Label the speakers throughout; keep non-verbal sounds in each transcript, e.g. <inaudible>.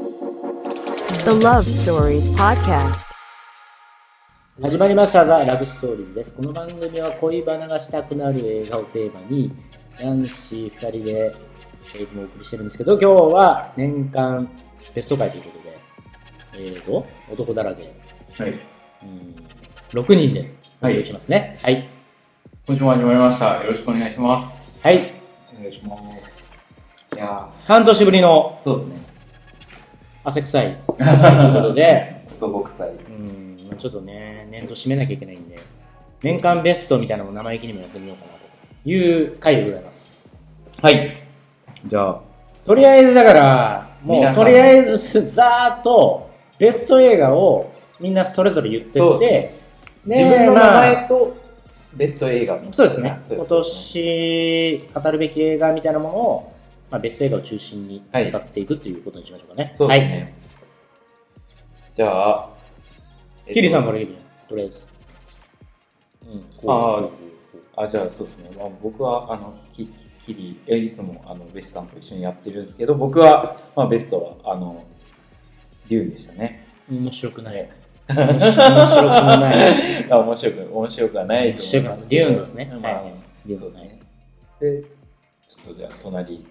Speaker 1: The Love Stories Podcast.
Speaker 2: 始まりました「ザ・ラブストーリー」です。この番組は恋バナがしたくなる映画をテーマに男子2人でいつもお送りしてるんですけど今日は年間ベスト回ということでえーと男だらけ、
Speaker 3: はい。
Speaker 2: うん、6人でお送りしますね。はい、
Speaker 3: 今週も始まりました。よろしくお願いします。。
Speaker 2: はいい、
Speaker 3: お願いします。いや
Speaker 2: 半年ぶりの
Speaker 3: ーそうですね。
Speaker 2: 汗臭いということで、
Speaker 3: 男臭い。
Speaker 2: うん、ちょっとね年度締めなきゃいけないんで年間ベストみたいなのも生意気にもやってみようかなという回でございます。
Speaker 3: はい。じゃあ、
Speaker 2: とりあえずだから、も
Speaker 3: 皆
Speaker 2: う
Speaker 3: さん
Speaker 2: とりあえずざーっとベスト映画をみんなそれぞれ言って
Speaker 4: そう
Speaker 2: っ
Speaker 4: で
Speaker 2: て、ね
Speaker 4: 自分の名
Speaker 2: まあ
Speaker 4: 前とベスト映画みたいな
Speaker 2: そうですね、今
Speaker 4: そうです
Speaker 2: 年語るべき映画みたいなものを、まあ、ベスト映画を中心に
Speaker 4: はい
Speaker 2: 語っていくということにしましょうかね。
Speaker 4: そうですね、
Speaker 2: はい。
Speaker 4: じゃあ、えっと
Speaker 2: キリさんから言うよ、とりあえず。うん、
Speaker 4: あー
Speaker 2: こう
Speaker 4: あじゃあそうですね、まあ、僕はあのキキリえいつもあのベスさんと一緒にやってるんですけど僕は、まあ、ベストはあのデューンでしたね
Speaker 2: 面白くない。面白面白くもない。
Speaker 4: あ面白く面白くはないと思いますけ
Speaker 2: 面白くデュ
Speaker 4: ど
Speaker 2: ーンですね
Speaker 4: まあ
Speaker 2: はいデューン
Speaker 4: そうですねでちょっとじゃあ隣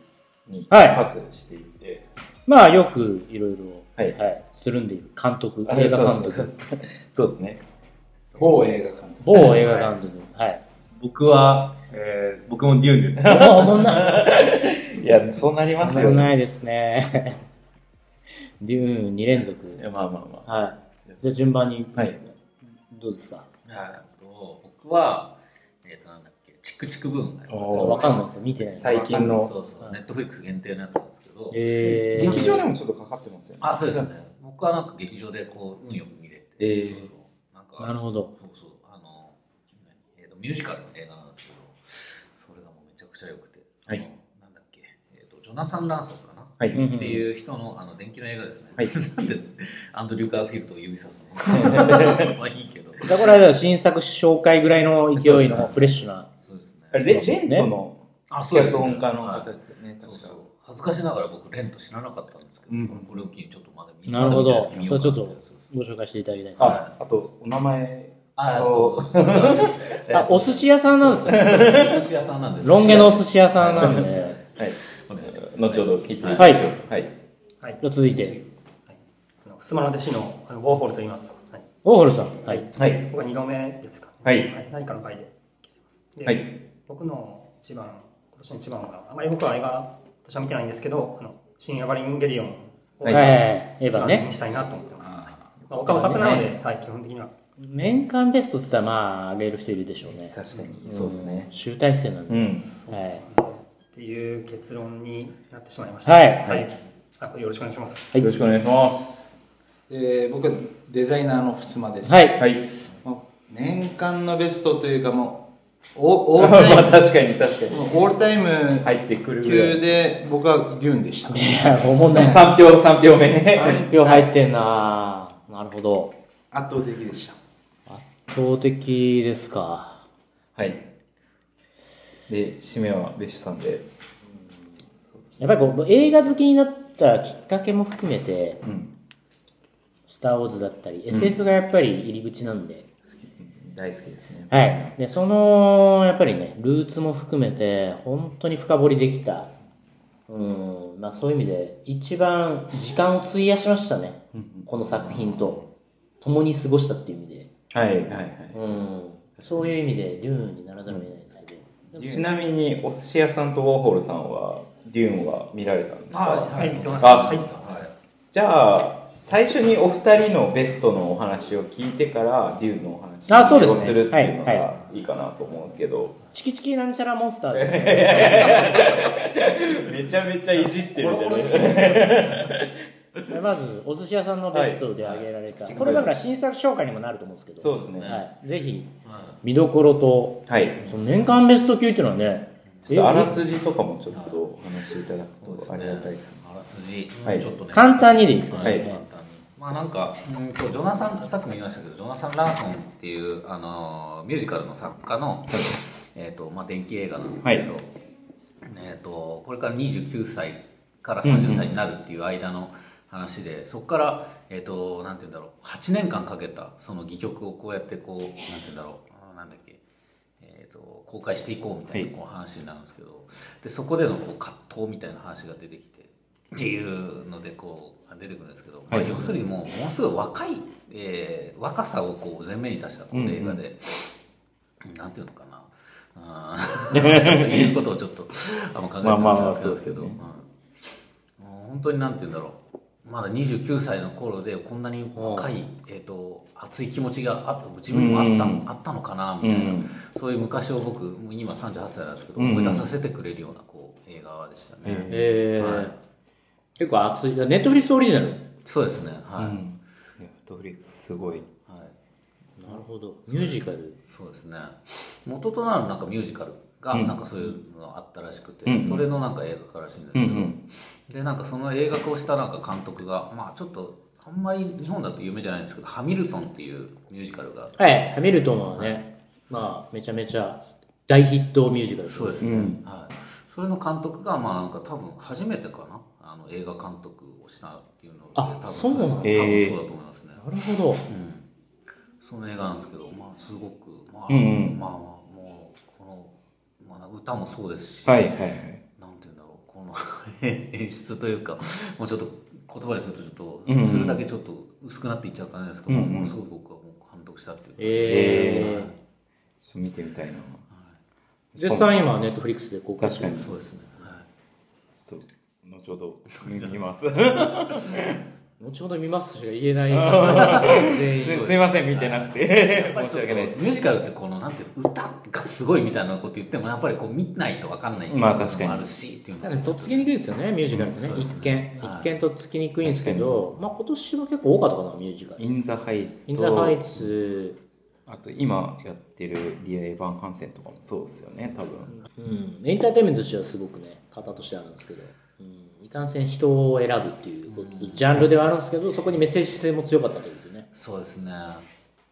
Speaker 4: に
Speaker 2: はい
Speaker 4: パスしていって、
Speaker 2: まあ、よくいろいろ、
Speaker 4: はい
Speaker 2: はい、つるんでいる監督、
Speaker 4: あ
Speaker 2: 映画監
Speaker 4: そうそう
Speaker 2: 督、
Speaker 4: <laughs> そうですね
Speaker 3: 某映画館。
Speaker 2: 某映画監督、はい。
Speaker 5: 僕は、えー僕もデューンです。
Speaker 2: もうおもんない。
Speaker 4: いやそうなり
Speaker 2: お
Speaker 4: ます
Speaker 2: も
Speaker 4: よ
Speaker 2: ん
Speaker 4: ね
Speaker 2: ないですね。デューン2連続。
Speaker 4: いやまあまあまあ
Speaker 2: はい。じゃあ順番に。
Speaker 4: はい。
Speaker 2: どうですか
Speaker 5: あと僕は、えっ、と、なんだっけ、チクチクブームがあります
Speaker 4: おー
Speaker 2: わかんないですよ。見てないです。
Speaker 4: 最近の
Speaker 5: そうそう、ネットフリックス限定のやつなんですけど、
Speaker 2: えー。
Speaker 4: 劇場でもちょっとかかってますよね
Speaker 5: あ、そうですね。僕はなんか劇場でこう、運よく見れて、
Speaker 4: えー
Speaker 5: そうそうなんか、
Speaker 2: なるほど。
Speaker 5: そうそう、あの、えーとミュージカルの映画なんですけど、それがもうめちゃくちゃ良くて、あの
Speaker 4: はい
Speaker 5: なんだっけ、えっ、と、ジョナサン・ランソンかな。
Speaker 4: は
Speaker 2: うんう
Speaker 4: い。
Speaker 2: ん
Speaker 5: っていう人のあの電気の映画ですね。
Speaker 4: はい
Speaker 5: なんでアンドリュー・ガーフィールドを指さす
Speaker 4: <laughs>
Speaker 5: のまあいいけど。
Speaker 2: だからあれだよ新作紹介ぐらいの勢い
Speaker 5: そうです
Speaker 2: の
Speaker 5: ね
Speaker 2: フレッシュな。
Speaker 5: そうですね。
Speaker 4: あれ、レレントの
Speaker 5: あ、そうです
Speaker 4: 脚
Speaker 5: ね
Speaker 4: 本家の
Speaker 5: はい
Speaker 4: 方ですよね、
Speaker 5: そう
Speaker 4: 確
Speaker 5: そ
Speaker 4: か
Speaker 5: う。恥ずかしながら僕、レント知らなかったんですけど、
Speaker 4: うん
Speaker 5: これを機にちょっとまだ見
Speaker 2: なるほど
Speaker 5: まだ見てないですけど見ようかなって
Speaker 2: ご紹介していただきたいです。
Speaker 4: あ、あと、お名前。
Speaker 5: あ <laughs>
Speaker 2: あ、お寿司屋さんなんですよね。
Speaker 5: お寿司屋さんなんです
Speaker 2: ロン毛のお寿司屋さんなんで。
Speaker 4: はい。
Speaker 5: お願いします
Speaker 4: 後ほど聞いてみましょう
Speaker 2: はい
Speaker 4: はい。
Speaker 6: はい、
Speaker 2: じゃあ続いて。
Speaker 6: はい、あのふすまの弟子のあのウォーホルと言います。はい、
Speaker 2: オーホルさん。はい。
Speaker 4: はい。
Speaker 6: 僕は2度目ですか、
Speaker 4: はい
Speaker 6: 何かの回で来てます。で
Speaker 4: はい。
Speaker 6: 僕の一番、今年の一番は、あまり僕は映画としては見てないんですけど、あの新エヴァリンゲリオンを
Speaker 2: は
Speaker 4: はいい
Speaker 2: はいはい。エ
Speaker 6: 一
Speaker 2: ヴァ
Speaker 6: 番
Speaker 2: ね
Speaker 6: に。したいなと思ってます。はい
Speaker 5: あ
Speaker 6: まあ、他はオタクなので、はい、基本的には。
Speaker 2: 年間ベストっつったらまあ、あげる人いるでしょうね。
Speaker 4: 確かに、そうですね
Speaker 2: ん。。集大成なん
Speaker 4: う
Speaker 2: で。
Speaker 4: ん。
Speaker 2: はい。
Speaker 6: っていう結論になってしまいました。
Speaker 2: はい
Speaker 6: はい、あこれよろしくお願いします。
Speaker 2: はい
Speaker 4: よろしくお願いします。
Speaker 7: えー僕はデザイナーのふすまです、
Speaker 2: はい。
Speaker 4: はい。
Speaker 7: もう年間のベストというかもう
Speaker 4: <laughs>
Speaker 7: オオー
Speaker 4: ま
Speaker 7: ルタイ
Speaker 4: あ、確かに、確か
Speaker 7: ム
Speaker 4: に。
Speaker 7: もうオールタイム
Speaker 4: 入ってくるぐら
Speaker 7: 級
Speaker 4: い。
Speaker 7: で僕はデューンで
Speaker 4: <laughs>
Speaker 7: した
Speaker 2: いや、おもんないな。
Speaker 4: 3票、3票目。
Speaker 2: 3票入ってんななるほど。
Speaker 7: 圧倒的でした
Speaker 2: 圧倒的ですか。
Speaker 4: はい。で、締めは別所さんで。
Speaker 2: やっぱりこう、映画好きになったきっかけも含めて、
Speaker 4: うん。
Speaker 2: スター・ウォーズだったり、SF がやっぱり入り口なんで、
Speaker 4: 好きうん大好きですね。
Speaker 2: はい。で、その、やっぱりね、ルーツも含めて、本当に深掘りできた、うん、まあそういう意味で、一番時間を費やしましたね。この作品と、共に過ごしたっていう意味で、
Speaker 4: はい、はい、はい。
Speaker 2: うん、そういう意味で、デューンにならざるを得ないですけど、
Speaker 4: ちなみにお寿司屋さんとウォーホルさんはデューンは見られたんですか
Speaker 5: あはい、
Speaker 6: 見てます。
Speaker 4: あ
Speaker 6: はい、
Speaker 4: じゃあ最初にお二人のベストのお話を聞いてからデューンのお話
Speaker 2: あそうですね
Speaker 4: をするっていうの
Speaker 2: はい
Speaker 4: がいいかなと思うんですけど、
Speaker 2: チキチキなんちゃらモンスターで
Speaker 4: めちゃめちゃいじってるじゃないです
Speaker 2: まずお寿司屋さんのベストで挙げられた、
Speaker 4: い
Speaker 2: これだから新作紹介にもなると思うんですけど
Speaker 4: <laughs> そうですねは
Speaker 2: はい、ぜひ
Speaker 5: はい
Speaker 2: 見どころと
Speaker 4: い、
Speaker 2: その年間ベスト級っていうのはね
Speaker 4: ちょっとあらすじとかもちょっとお話しいただ
Speaker 5: そう
Speaker 4: く
Speaker 5: です
Speaker 4: と
Speaker 5: ね
Speaker 4: ありがたいですね
Speaker 5: あらすじ、
Speaker 4: はい
Speaker 5: ちょっとね
Speaker 2: 簡単にでいいですか
Speaker 5: はい簡単にまあなんか、うんとジョナサン、さっきも言いましたけど、ジョナサン・ランソンっていう、あのーミュージカルの作家の、えっ、と、まあ電気映画なんですけど、えっ、と、これから29歳から30歳になるっていう間の話で、そこから、えっとなんて言うんだろう8年間かけたその戯曲をこうやってこうなんて言うんだろうあーなんだっけ、えっと公開していこうみたいなこう話になるんですけど、でそこでのこう葛藤みたいな話が出てきてっていうのでこう出てくるんですけど、まあ
Speaker 7: はい
Speaker 5: 要するにもうものすごい若い、えー若さをこう前面に出したこの映画で、なんていうのかなあ
Speaker 4: <laughs>
Speaker 5: ーちょっと言うことをちょっとあんま考えて
Speaker 4: まあ
Speaker 5: な
Speaker 4: まあ
Speaker 5: か
Speaker 4: まあ
Speaker 5: ったんですけど、
Speaker 4: そうです
Speaker 5: うんもう本当になんて言うんだろうまだ29歳の頃でこんなに若い、えー、と熱い気持ちがあった自分にもあった,、
Speaker 4: うん
Speaker 5: あったのかな
Speaker 4: う
Speaker 5: みたいな、
Speaker 4: ん
Speaker 5: そういう昔を僕もう今38歳なんですけど、
Speaker 4: うん
Speaker 5: 思い出させてくれるようなこう映画でしたね。
Speaker 4: え
Speaker 2: えー
Speaker 5: はい
Speaker 2: 結構熱い。ネットフリックスオリジナル。
Speaker 5: そうですね、はい、
Speaker 4: うんいやドリフすごい
Speaker 5: はい、
Speaker 2: なるほど。ミュージカル。
Speaker 5: そうですね。元となるなんかミュージカルが
Speaker 4: うん
Speaker 5: なんかそういうのがあったらしくて、
Speaker 4: うん
Speaker 5: それのなんか映画化らしいんです
Speaker 4: う
Speaker 5: け
Speaker 4: ん
Speaker 5: ど、
Speaker 4: うん
Speaker 5: でなんかその映画化をしたなんか監督がまあちょっとあんまり日本だと有名じゃないんですけど、ハミルトンっていうミュージカルが
Speaker 2: はい。ハミルトンはね、まあ、めちゃめちゃ大ヒットミュージカル。。
Speaker 5: そうですすね、
Speaker 4: うん
Speaker 5: はい、それの監督がまあなんか多分初めてかなあの映画監督をしたっていうので
Speaker 2: あ
Speaker 5: 多分
Speaker 2: そうなんだ
Speaker 5: 多分そうだと思いますね、
Speaker 2: なるほど。
Speaker 5: うん、その映画なんですけどまあすごくまあ、
Speaker 4: うんうん
Speaker 5: まあもうこの、まあ、歌もそうですし、
Speaker 4: はいはいはい
Speaker 5: なんて言うんだろうこの <laughs> 演出というかもうちょっと言葉にするとちょっと、
Speaker 4: うんうん
Speaker 5: するだけちょっと薄くなっていっちゃう感じですけど、
Speaker 4: うんうん
Speaker 5: ものすごく僕はもう感動したっていうか
Speaker 2: え
Speaker 4: ちょっと見てみたいな
Speaker 2: ー。絶賛今、ネットフリックスで公開
Speaker 4: 確
Speaker 2: 中
Speaker 4: かに
Speaker 5: そうですね、はい
Speaker 4: ちょっと後ほど見見ます
Speaker 2: 後ほど見ますしか言えない全
Speaker 5: <laughs>
Speaker 2: 員
Speaker 4: すすいません見てなくて
Speaker 5: や
Speaker 4: 申
Speaker 5: っぱ
Speaker 4: し
Speaker 5: り
Speaker 4: 訳ないです
Speaker 5: ミュージカルってこのなんていうの歌がすごいみたいなこと言ってもやっぱりこう見ないとわかんない
Speaker 4: まあ確かに
Speaker 5: もあるしっていうの
Speaker 2: な
Speaker 5: が
Speaker 2: んかとっつきにくいですよね、ミュージカルってね。
Speaker 5: うんそうです
Speaker 2: 一
Speaker 5: ね
Speaker 2: 見、
Speaker 5: はい
Speaker 2: 一見とっつきにくいんですけど、まあ今年は結構多かったかな、ミュージカル。
Speaker 4: インザハイツ
Speaker 2: インザハイ
Speaker 4: と
Speaker 2: ツ、
Speaker 4: あと今やってるディア・エヴァン・ハンセンとかもそうですよね多分
Speaker 2: うん、エンターテインメントとしてはすごくね、型としてあるんですけど、うん、いかんせん人を選ぶっていうこう
Speaker 5: うん
Speaker 2: ジャンルではあるんですけど、そこにメッセージ性も強かったということですよね。
Speaker 5: そうですね
Speaker 2: な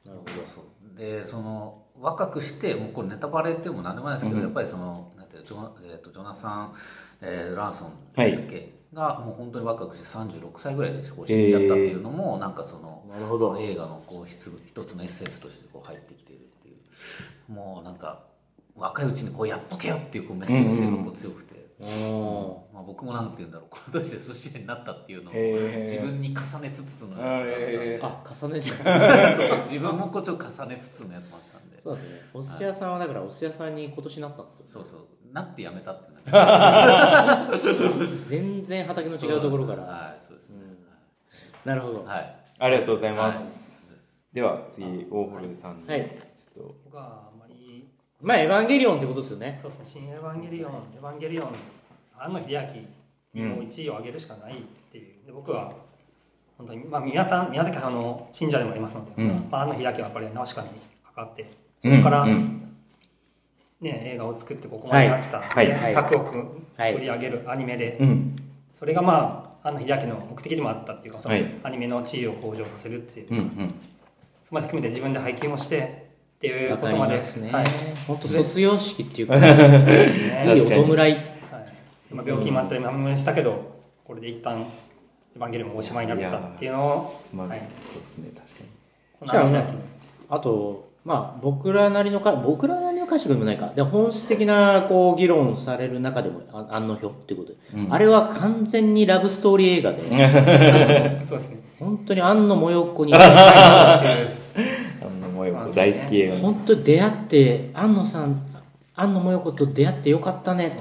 Speaker 2: るほ
Speaker 5: そうでその若くしてもうこれネタバレっていうのも何でもないですけど、
Speaker 4: うん
Speaker 5: やっぱりそのなんていうのジョ,、えー、とジョナサン、えーランソン
Speaker 4: はい
Speaker 5: でしたっけがもう本当に若くして36歳ぐらいでこう死んじゃったっていうのも、なんかその
Speaker 2: ど。なるほ
Speaker 5: その映画のこう一つ一つのエッセンスとしてこう入ってきているっていうもうなんか若いうちにこうやっとけよっていうこうメッセージ性がこう強くて、まあ、僕もなんて言うんだろうこの年で寿司屋になったっていうのを
Speaker 4: へー
Speaker 5: 自分に重ねつつのやつがあったんで
Speaker 4: へ
Speaker 2: あ、重ねち
Speaker 5: <laughs>
Speaker 2: ゃう。
Speaker 5: そう自分もこうちょっと重ねつつのやつもあったんで
Speaker 2: そうですね。お寿司屋さんはだからお寿司屋さんに今年なったんです
Speaker 5: そ
Speaker 2: よ。
Speaker 5: うそうなってやめたってな
Speaker 2: 全然畑の違うところから。
Speaker 5: はいそうですね
Speaker 2: なるほど。
Speaker 5: はい
Speaker 4: ありがとうござい
Speaker 5: は
Speaker 4: ま
Speaker 5: い
Speaker 4: す、では次大堀さんに、
Speaker 2: はい
Speaker 4: ちょっと
Speaker 6: 僕はあんまり、
Speaker 2: まあ、エヴァンゲリオンってことですよね。
Speaker 6: そうですね、新エヴァンゲリオン、エヴァンゲリオン、庵野秀明の1位を上げるしかないっていう、で僕は本当に、まあ、皆さん、宮崎さんの信者でもありますので、
Speaker 4: うん
Speaker 6: まあ、庵野秀明はやっぱりナウシカにかかって、そこから、
Speaker 4: うんう
Speaker 6: ね
Speaker 4: ん
Speaker 6: 映画を作ってここまでなってた、
Speaker 4: はい
Speaker 2: はい
Speaker 6: で100億
Speaker 2: はい
Speaker 6: 売り上げるアニメで、
Speaker 4: うん
Speaker 6: それがまあ庵野秀明の目的でもあったっていうか、その
Speaker 4: はい
Speaker 6: アニメの地位を向上させるっていう、
Speaker 4: うんうん
Speaker 6: そこまで含めて自分で配給もしてっていう
Speaker 2: わ
Speaker 6: こ
Speaker 2: か
Speaker 6: と
Speaker 2: り
Speaker 6: まで
Speaker 2: ますね。
Speaker 6: はい
Speaker 2: 本当卒業式って
Speaker 6: <laughs>
Speaker 2: いうか、いいお弔い。
Speaker 6: はいまあ、病気もあったり何もしたけど、これで一旦エヴァンゲリオンもおしまいになったっていうのを
Speaker 4: まあ、
Speaker 6: はい
Speaker 4: そうですね確かに
Speaker 6: この間に
Speaker 2: あと、まあ、僕らなりのか、僕らなりの解釈でもないか。で、本質的な、こう、議論をされる中でも、あ案の表っていうことで、
Speaker 4: うん
Speaker 2: あれは完全にラブストーリー映画で、
Speaker 6: <laughs> そうですね
Speaker 2: 本当に庵野もよっ
Speaker 6: <laughs>
Speaker 2: こに、
Speaker 4: あのもうよく大好き映画に
Speaker 2: 本当に出会って、庵野さん、庵野もよこと出会ってよかったね、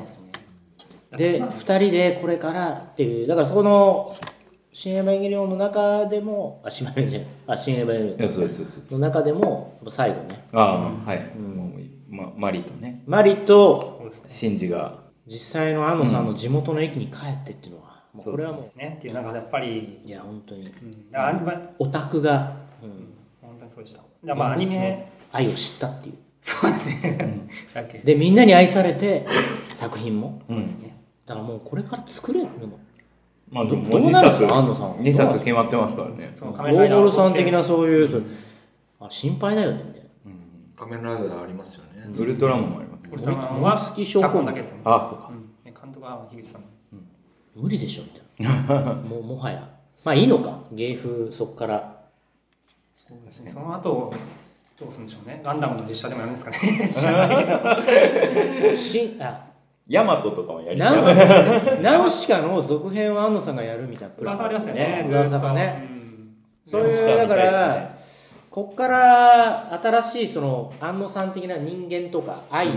Speaker 2: と。で、二人でこれからっていう、だからそこの、新エヴァンゲリオンの中でも、あ、新エヴァンゲリオンじゃないあ、新エヴァンゲ
Speaker 4: い
Speaker 2: リ
Speaker 4: やそうですそうですそうで
Speaker 2: オン
Speaker 4: す
Speaker 2: の中でも、最後ね、
Speaker 4: ああはい、
Speaker 2: うん
Speaker 4: もうま、マリとね
Speaker 2: マリと
Speaker 6: <laughs> そうですね
Speaker 4: シンジが
Speaker 2: 実際の安野さんの地元の駅に帰ってっていうのは、
Speaker 4: うん
Speaker 2: もうこれはもう
Speaker 6: ねっていうなんかやっぱり、
Speaker 2: いや本当に
Speaker 6: うん、だからアニメ、
Speaker 2: オタクが、うん
Speaker 6: 本当にそうでしただからまあアニメ
Speaker 2: 愛を知ったっていう
Speaker 6: そうですねだっけ
Speaker 2: でみんなに愛されて作品も
Speaker 4: うん
Speaker 2: だからもうこれから作れるのも
Speaker 4: まあ
Speaker 2: どどうなるんですか安野さんは
Speaker 4: 2作決まってますからね
Speaker 6: その仮面ラ
Speaker 2: 大
Speaker 6: イダー
Speaker 2: 頃さん的なそういうそうあ心配だよねみたいな
Speaker 4: うん
Speaker 7: 仮面ライダーありますよね。
Speaker 4: ウルトラマンもあります
Speaker 6: ウルトラマンは
Speaker 2: 好き症候
Speaker 6: 脚
Speaker 2: 群
Speaker 6: 本だけですよね
Speaker 4: ああそうか
Speaker 6: うん、監督は樋口さん、
Speaker 4: うん
Speaker 2: 無理でしょみたいな <laughs> もうもはやまあいいのか芸風そこから
Speaker 6: そうですね。その後、どうするんでしょうね。ガンダムの実写でもやるんですかね。知らない
Speaker 2: しあ
Speaker 4: ヤマトとかもやり
Speaker 2: ナ
Speaker 4: たい。
Speaker 2: <laughs> ウナウシカの続編は安野さんがやるみたいな
Speaker 6: 噂ありますよね。ずっと
Speaker 2: 噂がね。
Speaker 6: うん
Speaker 2: そういうだか
Speaker 4: ナウシカみたい
Speaker 2: らこっから新しいその安野さん的な人間とか愛の、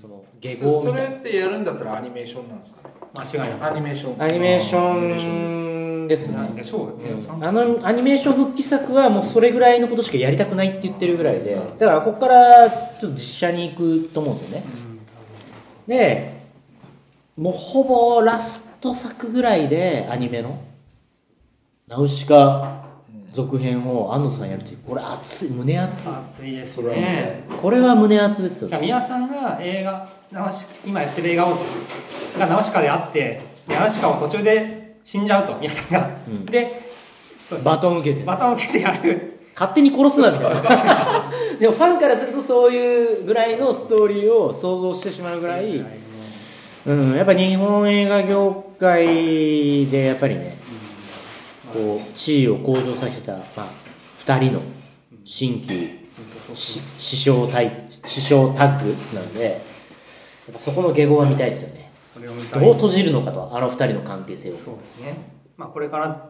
Speaker 2: その下
Speaker 8: そ
Speaker 2: 校
Speaker 8: そ
Speaker 2: みた
Speaker 8: れ
Speaker 2: い
Speaker 8: ってやるんだったらアニメーションなんですかね
Speaker 6: 間違いな
Speaker 8: アニメーション
Speaker 2: なアニメーシ
Speaker 4: アニメーシ
Speaker 2: ョンです
Speaker 6: い。なん
Speaker 2: ね
Speaker 6: でしょうね。
Speaker 2: あのアニメーション復帰作はもうそれぐらいのことしかやりたくないって言ってるぐらいでだからここからちょっと実写に行くと思うんですよね
Speaker 6: うん
Speaker 2: でもうほぼラスト作ぐらいでアニメの「ナウシカ」続編を安野さんやるっていうこれ熱い胸熱い
Speaker 6: 熱いですね。
Speaker 2: これは胸熱ですよ
Speaker 6: だから宮さんが映画ナウシ今やってる映画をがナウシカであってでナウシカを途中で死んじゃうと宮さんが、
Speaker 2: うん
Speaker 6: でそう
Speaker 2: バトン受けて
Speaker 6: バトンを受けてやる
Speaker 2: 勝手に殺すなみたい <laughs> なでもファンからするとそういうぐらいのストーリーを想像してしまうぐらい、うん、やっぱ日本映画業界でやっぱりねこう地位を向上させた、まあ、2人の新旧し師匠対師匠タッグなのでやっぱそこの下語は見たいですよね
Speaker 6: それを見たい
Speaker 2: どう閉じるのかとあの2人の関係性を
Speaker 6: そうですね、まあ、これから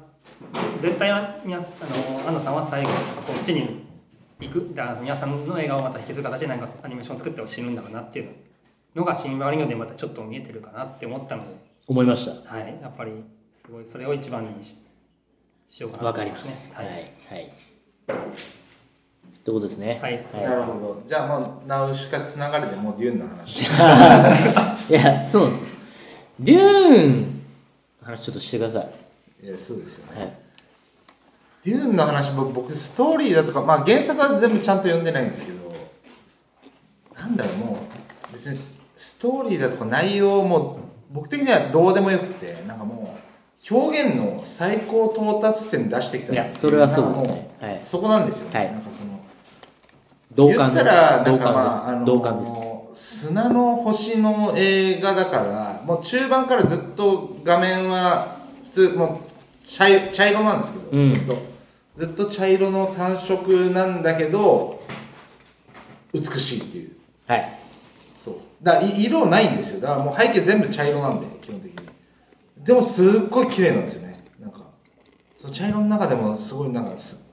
Speaker 6: 絶対宮あの安野さんは最後そっちに行くだから宮さんの映画をまた引き継ぐ形でなんかアニメーションを作っては死ぬんだろうなっていうのが新バリンでまたちょっと見えてるかなって思ったので、
Speaker 2: 思いました
Speaker 6: はい、やっぱりすごいそれを一番にししようかなと
Speaker 2: わかり
Speaker 6: 思い
Speaker 2: ます
Speaker 6: ね
Speaker 2: は
Speaker 6: はいい、
Speaker 2: はいってことですね
Speaker 6: はい
Speaker 8: なるほどじゃあまあナウシカつながりでもうデューン
Speaker 4: <laughs>
Speaker 8: の話
Speaker 2: いや、そうなんです。デューン、話ちょっとしてください。
Speaker 8: いやそうですよね
Speaker 2: はい。
Speaker 8: デューンの話も僕ストーリーだとか、まあ、原作は全部ちゃんと読んでないんですけどなんだろうもう別にストーリーだとか内容も僕的にはどうでもよくてなんかもう表現の最高到達点出してきた
Speaker 2: い
Speaker 8: な
Speaker 2: やそれはそうですね
Speaker 8: なんかもう
Speaker 2: はい
Speaker 8: そこなんですよね、
Speaker 2: はい
Speaker 8: なんかその
Speaker 2: 同感で
Speaker 8: 言ったら
Speaker 2: す。
Speaker 8: な
Speaker 2: 同
Speaker 8: んかま
Speaker 2: 感で
Speaker 8: ああの
Speaker 2: す。同感です。
Speaker 8: 砂の星の映画だからもう中盤からずっと画面は普通もう茶色茶色なんですけど、
Speaker 2: うん
Speaker 8: ずっとずっと茶色の単色なんだけど美しいっていう
Speaker 2: はい。
Speaker 8: そうだからい色ないんですよだからもう背景全部茶色なんで基本的にでもすっごい綺麗なんですよねなんかその茶色の中でもすごいなんかす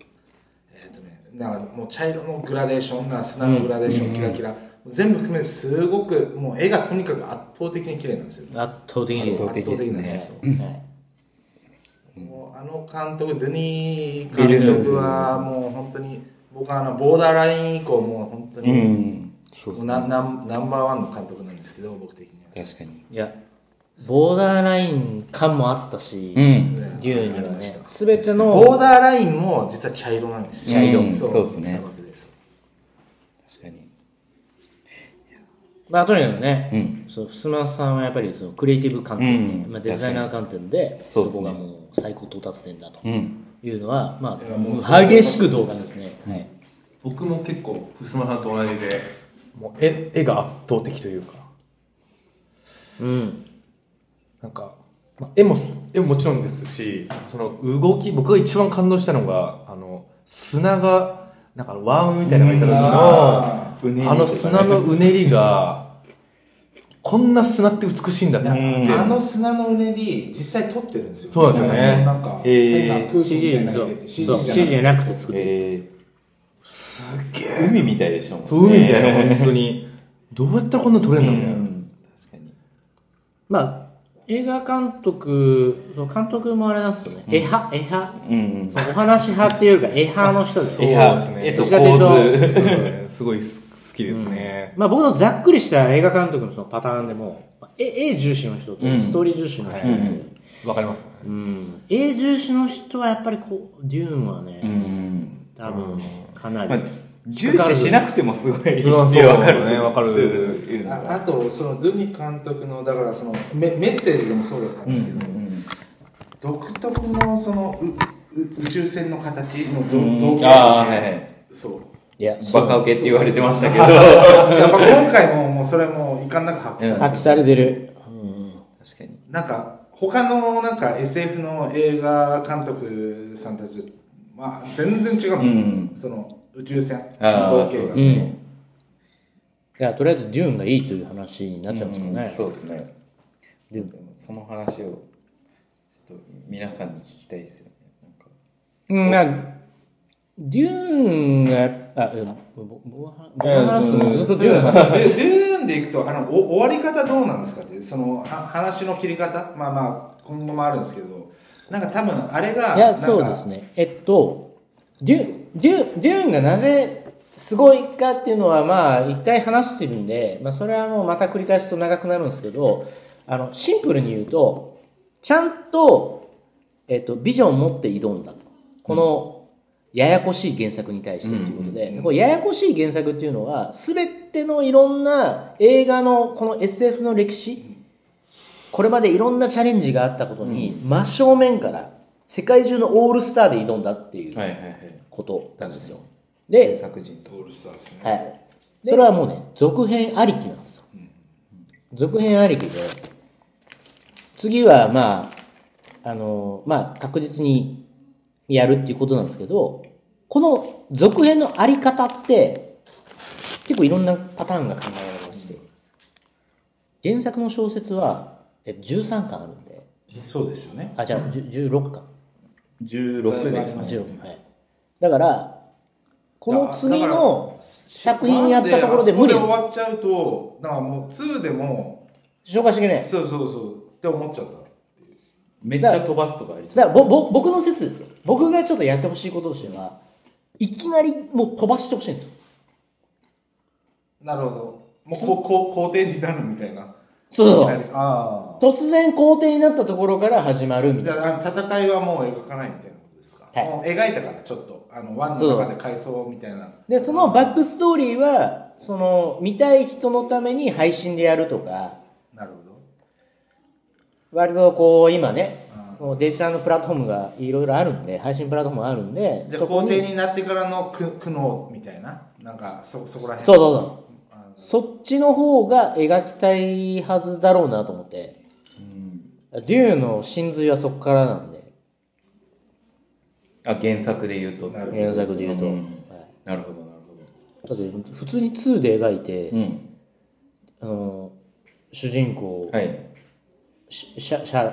Speaker 8: えーっとねなんかもう茶色のグラデーションな砂のグラデーション、キラキラ全部含めてすごくもう絵がとにかく圧倒的に綺麗なんですよ
Speaker 2: 圧倒的に
Speaker 8: 圧
Speaker 2: で
Speaker 8: 倒
Speaker 2: す。
Speaker 8: 的ですね
Speaker 2: はい
Speaker 8: もうあの監督ドゥニ
Speaker 4: ビル
Speaker 8: ー
Speaker 4: ヌー
Speaker 8: 監
Speaker 4: ヴ
Speaker 8: 督はもう本当に僕はあのボーダーライン以降もう本当に、
Speaker 4: うん。そうです
Speaker 8: な
Speaker 4: ね。
Speaker 8: ナンナンバーワンの監督なんですけど僕的には
Speaker 4: 確かに。
Speaker 2: いや、ボーダーライン感もあったし、
Speaker 4: う
Speaker 2: デ
Speaker 4: ん。
Speaker 8: ね
Speaker 2: ューンに
Speaker 8: あ
Speaker 2: は
Speaker 8: りまし
Speaker 2: ね
Speaker 8: た、
Speaker 2: すべて
Speaker 8: ボー
Speaker 2: の、
Speaker 8: ダーラインも実は茶色なんですよ。
Speaker 4: 茶色うんそうですね
Speaker 8: 砂漠です
Speaker 4: 確かに。
Speaker 2: まあ、とにかくね、
Speaker 4: うん。
Speaker 2: そう、ふすまさんはやっぱりそのクリエイティブ観点で、
Speaker 4: うん
Speaker 2: まあ、デザイナー観点で、
Speaker 4: そう
Speaker 2: そ
Speaker 4: ですね
Speaker 2: こがもう最高到達点だと
Speaker 4: うん。
Speaker 2: いうのは、ま
Speaker 8: いやもう
Speaker 2: あ、激しく同感ですね。
Speaker 4: はい。
Speaker 3: 僕も結構、ふすまさんと同じで、
Speaker 9: もう絵絵が圧倒的というか
Speaker 2: うん。
Speaker 9: なんか、まあ、絵もす絵ももちろんですしその動き僕が一番感動したのがあの砂がなんかワームみたいなのがいた時の
Speaker 8: あ
Speaker 4: うねりとかね
Speaker 9: あの砂のうねりがこんな砂って美しいんだなっ
Speaker 4: うん
Speaker 9: て
Speaker 8: ーあの砂のうねり、実際撮ってるんですよ。
Speaker 9: そうなんですよね
Speaker 8: なんか、
Speaker 4: へ
Speaker 8: 変
Speaker 4: ー
Speaker 8: な空気
Speaker 2: CG
Speaker 8: み
Speaker 2: じ
Speaker 8: たいな
Speaker 2: ゃ
Speaker 8: の入れて、
Speaker 2: そう CG じゃ
Speaker 8: な
Speaker 2: なくて作る。
Speaker 4: え
Speaker 9: すっげ
Speaker 4: ー、
Speaker 9: え
Speaker 4: 海みたいでしょ。もう
Speaker 9: 海みたいな
Speaker 4: ね
Speaker 9: 本当にどうやったらこんな撮れるんだ
Speaker 4: う
Speaker 9: み
Speaker 4: ん確かに。
Speaker 2: まあ、映画監督、その監督もあれなんですよね。絵派、絵派。
Speaker 4: うん
Speaker 2: そのお話派っていうよりか絵派の人で。
Speaker 9: たいなそう
Speaker 4: 絵
Speaker 9: で
Speaker 4: と
Speaker 9: すね
Speaker 2: どっちか
Speaker 4: 構
Speaker 2: と
Speaker 9: そう
Speaker 4: 図。
Speaker 9: ですねすごいす好きですね、
Speaker 2: まあ僕のざっくりした映画監督のそのパターンでも、まあ絵絵重視の人と
Speaker 4: うん
Speaker 2: ストーリー重視の人と、
Speaker 9: はい
Speaker 4: うん
Speaker 9: わかりますね
Speaker 2: うん絵重視の人はやっぱりこう、デューンはね、
Speaker 4: うん。
Speaker 2: 多分ね、かなり、
Speaker 4: まあ、重視しなくてもすごい。
Speaker 9: うん
Speaker 4: わ
Speaker 9: そう
Speaker 4: かる
Speaker 9: ねわかる
Speaker 4: うんうん
Speaker 8: ああと、その、ドゥニ監督の、だからそのメ、メッセージでもそうだったんですけど、独特の、その、うう宇宙船の形の造
Speaker 4: うん
Speaker 8: 造形。
Speaker 4: ああ、はいはい。
Speaker 8: そう。
Speaker 2: いや、そう
Speaker 4: バカウケって言われてましたけど。確
Speaker 8: やっぱ今回も、もうそれも、いかんなく発揮されてる
Speaker 2: 発揮されてる。うん
Speaker 4: かに。
Speaker 8: なんか、他のなんか SF の映画監督さんたち、まあ、全然違うんですよ、
Speaker 4: うん
Speaker 8: その宇宙船
Speaker 4: あー
Speaker 8: 造形が
Speaker 4: そうで
Speaker 2: ん。いや、とりあえずデューンがいいという話になっちゃうんですかね。
Speaker 4: そうですね。
Speaker 2: デューン
Speaker 4: その話を、ちょっと皆さんに聞きたいですよね。なん
Speaker 2: う
Speaker 4: か
Speaker 2: ん、なデューンが、あ、えぼぼ僕は僕の話すのずっとデューンなんです
Speaker 8: でデューンでいくとあのお終わり方どうなんですかってそのは話の切り方まあまあ今後もあるんですけどなんか多分あれが
Speaker 2: いや、そうです
Speaker 8: ね
Speaker 2: ね。えっと、デュデュデューンがなぜすごいかっていうのは、まあ、一回話してるんで、まあ、それはもうまた繰り返すと長くなるんですけど、あの、シンプルに言うと、ちゃんと、えっと、ビジョンを持って挑んだと。この、ややこしい原作に対してということで、これややこしい原作っていうのは、すべてのいろんな映画の、この SF の歴史、これまでいろんなチャレンジがあったことに、真正面から世界中のオールスターで挑んだってい
Speaker 4: はいうはいはい。
Speaker 2: ことなんですよ。
Speaker 4: 制
Speaker 2: で、
Speaker 4: 作人と。
Speaker 8: オールスターですね
Speaker 2: はい、それはもうね、続編ありきなんですよ。続編ありきで、次はまあ、あの、まあ確実にやるっていうことなんですけど、この続編のあり方って、結構いろんなパターンが考えられまして、原作の小説はえ13巻あるんで、
Speaker 7: そうですよね。
Speaker 2: あ、じゃあ10 16巻。
Speaker 4: 16でいきま
Speaker 2: 16
Speaker 4: す。
Speaker 2: はい、だからこの次
Speaker 8: だ
Speaker 2: の
Speaker 8: から
Speaker 2: 作品やったところで無理
Speaker 8: ワンあそこで終わっちゃうとなんかもう2でも
Speaker 2: 消化しきれない
Speaker 8: そうそうそうって思っちゃった
Speaker 4: めっちゃ飛ばすとかあり
Speaker 2: だからぼぼ僕の説ですよ僕がちょっとやってほしいこととしてはいきなりもう飛ばしてほしいんですよ
Speaker 8: なるほどもうここう肯定になるみたいな
Speaker 2: そうそうそう
Speaker 8: あ
Speaker 2: 突然皇帝になったところから始まる
Speaker 8: あ
Speaker 2: み
Speaker 8: じ
Speaker 2: たいな
Speaker 8: ゃああの戦いはもう描かないみたいなことですか、
Speaker 2: はい
Speaker 8: もう描いたからちょっとあのワンの中で回想みたいな
Speaker 2: でそのバックストーリーはその見たい人のために配信でやるとか
Speaker 8: なるほど
Speaker 2: 割とこう今ね
Speaker 8: あ
Speaker 2: もうデジタルのプラットフォームがいろいろあるんで配信プラットフォームあるんで
Speaker 8: ーじゃあ
Speaker 2: そこ
Speaker 8: 皇
Speaker 2: に
Speaker 8: 帝になってからの苦苦悩みたいななんかそそこら辺
Speaker 2: そうそうそう
Speaker 8: あー
Speaker 2: そっちの方が描きたいはずだろうなと思って。デューの真髄はそこからなんで、
Speaker 4: あ、原作で言うと。
Speaker 8: なるほど
Speaker 2: 原作で言うと。
Speaker 4: ん
Speaker 2: はい
Speaker 4: なるほど、なるほど。
Speaker 2: だって、普通に2で描いて、
Speaker 4: うん。
Speaker 2: あの、主人公、
Speaker 4: はい。
Speaker 2: シシャシャ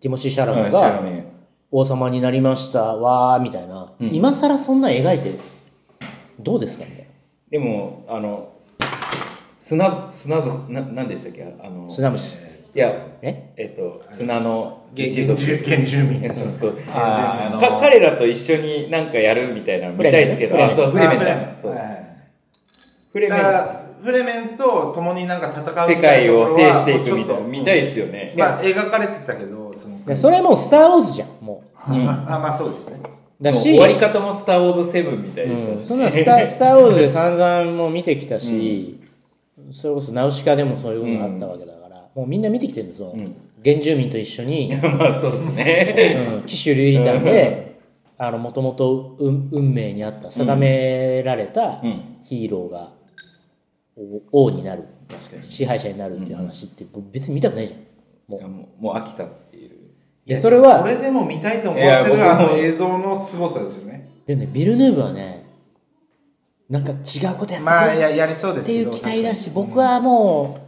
Speaker 2: ティモシー・シャラ
Speaker 4: あ
Speaker 2: ム
Speaker 4: じゃ
Speaker 2: が
Speaker 4: あね
Speaker 2: 王様になりました、わー、みたいな。
Speaker 4: うん
Speaker 2: 今更そんなん描いて、どうですかみたいな。
Speaker 4: でも、あの、す砂、砂族、な、なんでしたっけあの、
Speaker 2: 砂虫。
Speaker 4: いや、
Speaker 2: え
Speaker 4: えっと、砂の
Speaker 8: 原
Speaker 4: 一
Speaker 8: 原
Speaker 4: 族。
Speaker 8: 住原住
Speaker 2: <laughs>
Speaker 8: 民
Speaker 4: <laughs> そうそう
Speaker 7: あーあの
Speaker 4: か彼らと一緒になんかやるみたいなの見たいですけ
Speaker 2: フレ
Speaker 4: ど、
Speaker 2: メン
Speaker 4: あ、そう、フレメンだ。そう
Speaker 8: だ
Speaker 4: フレメン
Speaker 8: か。らフレメンと共になんか戦うみた
Speaker 4: 世
Speaker 8: い
Speaker 4: 界
Speaker 8: なとこ
Speaker 4: を
Speaker 8: ろは
Speaker 4: 制していくみたいな、
Speaker 8: もうちょっと
Speaker 4: 見たいですよね。
Speaker 8: まあ描かれてたけどその
Speaker 2: いやそれはもうスター・ウォーズじゃん、も
Speaker 4: うん
Speaker 8: あまあそうですね
Speaker 2: う。だ
Speaker 4: もう
Speaker 2: し、
Speaker 4: 終わり方もスター・ウォーズ7みたいでしたし、
Speaker 2: うん、そんなスタースター・ウォーズで散々もう見てきたし、それこそナウシカでもそういうのあったわけだから、もうみんな見てきてるんですよ、
Speaker 4: うん
Speaker 2: 原住民と一緒に、う
Speaker 4: まあそうですね。
Speaker 2: ん、騎手リーダーでもともと運命にあった定められた
Speaker 4: うん。
Speaker 2: ヒーローが王王になる
Speaker 4: 確かに。
Speaker 2: 支配者になるっていう話って僕別に見たくないじゃんも
Speaker 4: いうやもうもう飽きたっていう。
Speaker 2: でそれは
Speaker 8: それでも見たいと思わせ
Speaker 4: い
Speaker 8: る
Speaker 4: や
Speaker 8: あ
Speaker 4: 僕も
Speaker 8: の映像の凄さですよね
Speaker 2: でねビルヌーブはねなんか違うことやってく
Speaker 8: まあ
Speaker 2: だ
Speaker 8: や
Speaker 2: さい
Speaker 8: やりそうで
Speaker 2: っ
Speaker 8: す
Speaker 2: て
Speaker 8: け
Speaker 2: い
Speaker 8: ど
Speaker 2: う期待だし、僕はもう、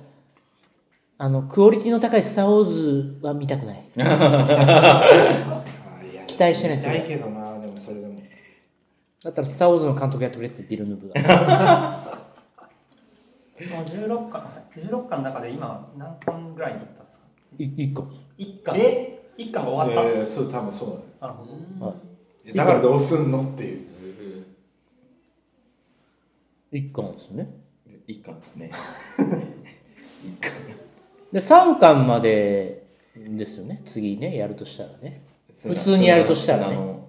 Speaker 2: あの、クオリティの高いスター・ウォーズは見たくない。
Speaker 8: あいや
Speaker 2: 期待してないで
Speaker 8: 見
Speaker 2: すよ
Speaker 8: たいけどなでもそれでも
Speaker 2: だったら、スター・ウォーズの監督やってくれってビル・ヌーブが。
Speaker 6: もう16巻、16巻の中で今何巻ぐらいに行ったんですか
Speaker 2: い <laughs> 一個。
Speaker 6: ?1 巻。え ?1 巻が終わっ
Speaker 8: えーそう多分そう
Speaker 6: た。なるほど。
Speaker 8: だよだからどうすんのっていう
Speaker 2: 一個なんですよね。
Speaker 4: 一巻ですね。
Speaker 2: で、3巻までですよね。次ね、やるとしたらね。普通にやるとしたらね
Speaker 4: 砂の。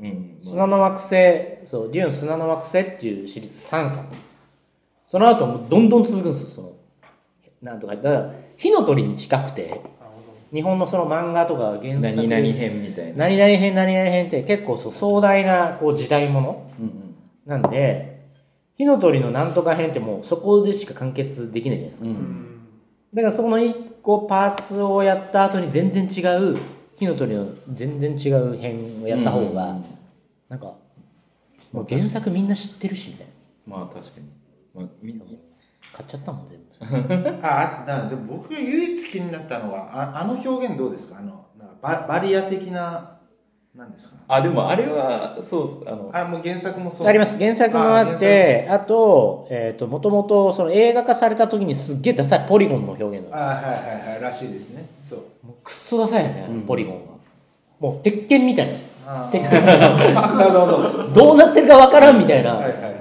Speaker 4: うん。
Speaker 2: 砂の惑星、そう、デューン砂の惑星っていうシリーズ3巻です。その後、もうどんどん続くんですよ、その。なんとか、だから、火の鳥に近くて、日本のその漫画とか原作
Speaker 4: 何々編みたいな。
Speaker 2: 何々編何々編って結構そう壮大なこう時代もの
Speaker 4: うんうん
Speaker 2: なんで火の鳥のなんとか編ってもうそこでしか完結できないじゃないです
Speaker 4: う
Speaker 2: か
Speaker 4: ん
Speaker 6: ん。
Speaker 2: だからそこのい個パーツをやった後に全然違う火の鳥の全然違う編をやった方が、なんかもう原作みんな知ってるしみたいな
Speaker 4: まあ確かに。まあ、みんなも
Speaker 2: 買っちゃったもん全部
Speaker 8: ああだからでも僕が唯一気になったのはああの表現どうですかあのなんかババリア的ななんですか
Speaker 4: あ、でもあれは、そうっす。あの、
Speaker 8: あもう原作もそう
Speaker 2: あります原作もあってあと,、えー、ともともとその映画化された時にすっげえダサいポリゴンの表現だった
Speaker 8: あはいはいはいらしいですねそう
Speaker 2: もうクッソダサいよね、ポリゴンがもう鉄拳みたいな
Speaker 8: あー
Speaker 2: 鉄
Speaker 4: <laughs>
Speaker 2: 拳
Speaker 8: なるほど
Speaker 2: どうなってるかわからんみたいな、
Speaker 8: はいはいはい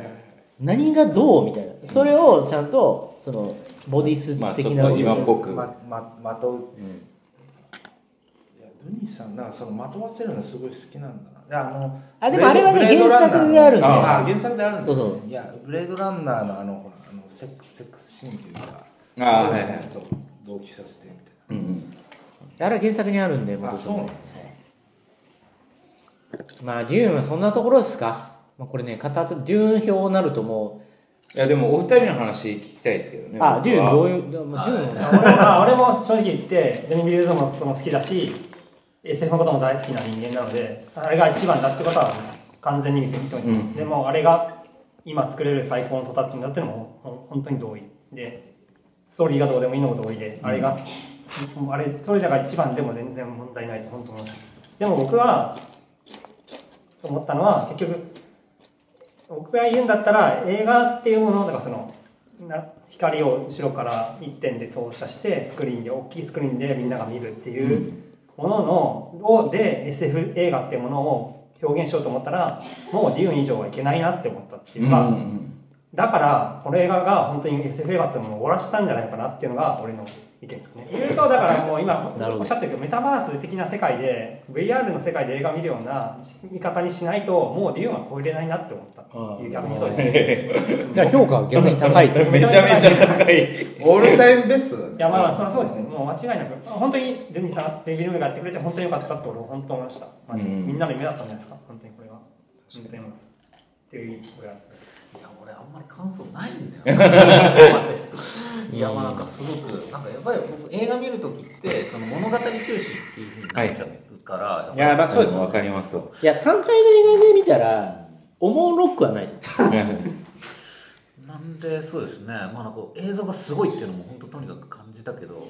Speaker 2: 何がどうみたいなそれをちゃんとそのボディスーツ的な
Speaker 4: まあちょっと今っぽく
Speaker 8: まままとう、いやドニーさんなんかそのまとわせるのすごい好きなんだなであの
Speaker 2: あでもあれはね
Speaker 8: ブレード
Speaker 2: 原作があるんで
Speaker 8: ああ原作であるんですね
Speaker 2: そうそう
Speaker 8: いやブレードランナーのあのほらあのセックセックスシーンというか
Speaker 4: あー
Speaker 8: そう
Speaker 4: はいはい
Speaker 8: そう同期させてみたい
Speaker 4: うんうん。
Speaker 2: あれは原作にあるんで
Speaker 8: な
Speaker 2: 元
Speaker 8: あ
Speaker 2: 々
Speaker 8: そうなんですね
Speaker 2: まあデューンはそんなところですか、まあ、これね片手デューン表になるとも
Speaker 4: いや、でもお二人の話聞きたいですけど
Speaker 2: う
Speaker 4: ね。
Speaker 2: あデューンどう
Speaker 4: う。
Speaker 2: いう、まあ、デューンは
Speaker 4: <laughs>
Speaker 6: 俺 <laughs> は俺も正直言ってデニビルドもその好きだし SF のことも大好きな人間なのであれが一番だってことは完全に認めてます、
Speaker 4: うん
Speaker 6: でもあれが今作れる最高の到達んだってのももう本当に同意でストーリーがどうでもいいのも同意で、あれがもうあれそれじゃが一番でも全然問題ないと本当に思いますでも僕は思ったのは結局僕が言うんだったら映画っていうものだからそのな光を後ろから一点で投射してスクリーンで大きいスクリーンでみんなが見るっていうもののをで SF 映画っていうものを表現しようと思ったらもうデューン以上はいけないなって思ったっていうか、
Speaker 4: うん
Speaker 6: だからこの映画が本当に SF 映画っていうものを終わらせたんじゃないかなっていうのが俺の意見ですね。いろいろとだからもう今
Speaker 2: なるほど
Speaker 6: おっしゃったけどメタバース的な世界で VR の世界で映画を見るような見方にしないともうデューンは超えれないなって思ったっていう逆に言うとですね。
Speaker 2: だから評価は逆に高い
Speaker 4: <laughs> うん。めちゃめちゃ高い。
Speaker 8: オールタイムベストだね
Speaker 6: いやまあそれはそうですね、もう間違いなく、本当にルミさん、デビルムがやってくれて、本当によかったって俺、本当思いました、マジで
Speaker 4: うん
Speaker 6: みんなの夢だったんじゃないですか、本当にこれは。本当に思います。っていう、これは。
Speaker 5: いや俺あんまり感想ないん
Speaker 2: <laughs>
Speaker 5: だよいやまあなんかすごくなんかやっぱり僕映画見るときってその物語重視っていうふうになっちゃうから、
Speaker 2: いやまあそうです
Speaker 4: わかりますわ。
Speaker 2: いや単体の映画で見たらおもろくはないと思う
Speaker 5: なんでそうですね、まあ、なんか映像がすごいっていうのも本当とにかく感じたけどなん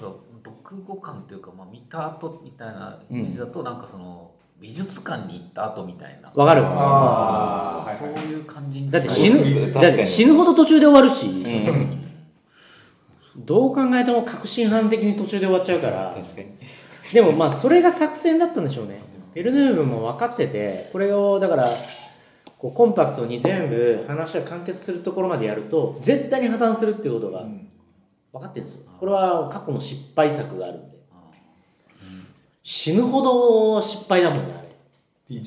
Speaker 5: か読後感というか、まあ、見た後みたいなイメージだと、なんかその美術館に行った後みたいな
Speaker 2: わかる
Speaker 8: あー
Speaker 5: そういう感じに
Speaker 2: だって死ぬ
Speaker 4: 確か
Speaker 2: だ
Speaker 4: に
Speaker 2: って死ぬほど途中で終わるし、
Speaker 4: うん
Speaker 2: どう考えても確信犯的に途中で終わっちゃうから
Speaker 4: 確かに。
Speaker 2: でもまあそれが作戦だったんでしょうねベルヌーブも分かっててこれをだからこうコンパクトに全部話が完結するところまでやると絶対に破綻するっていうことが
Speaker 8: うん
Speaker 2: 分かってるんですよこれは過去の失敗作があるんで死ぬほど失敗だもんねあれ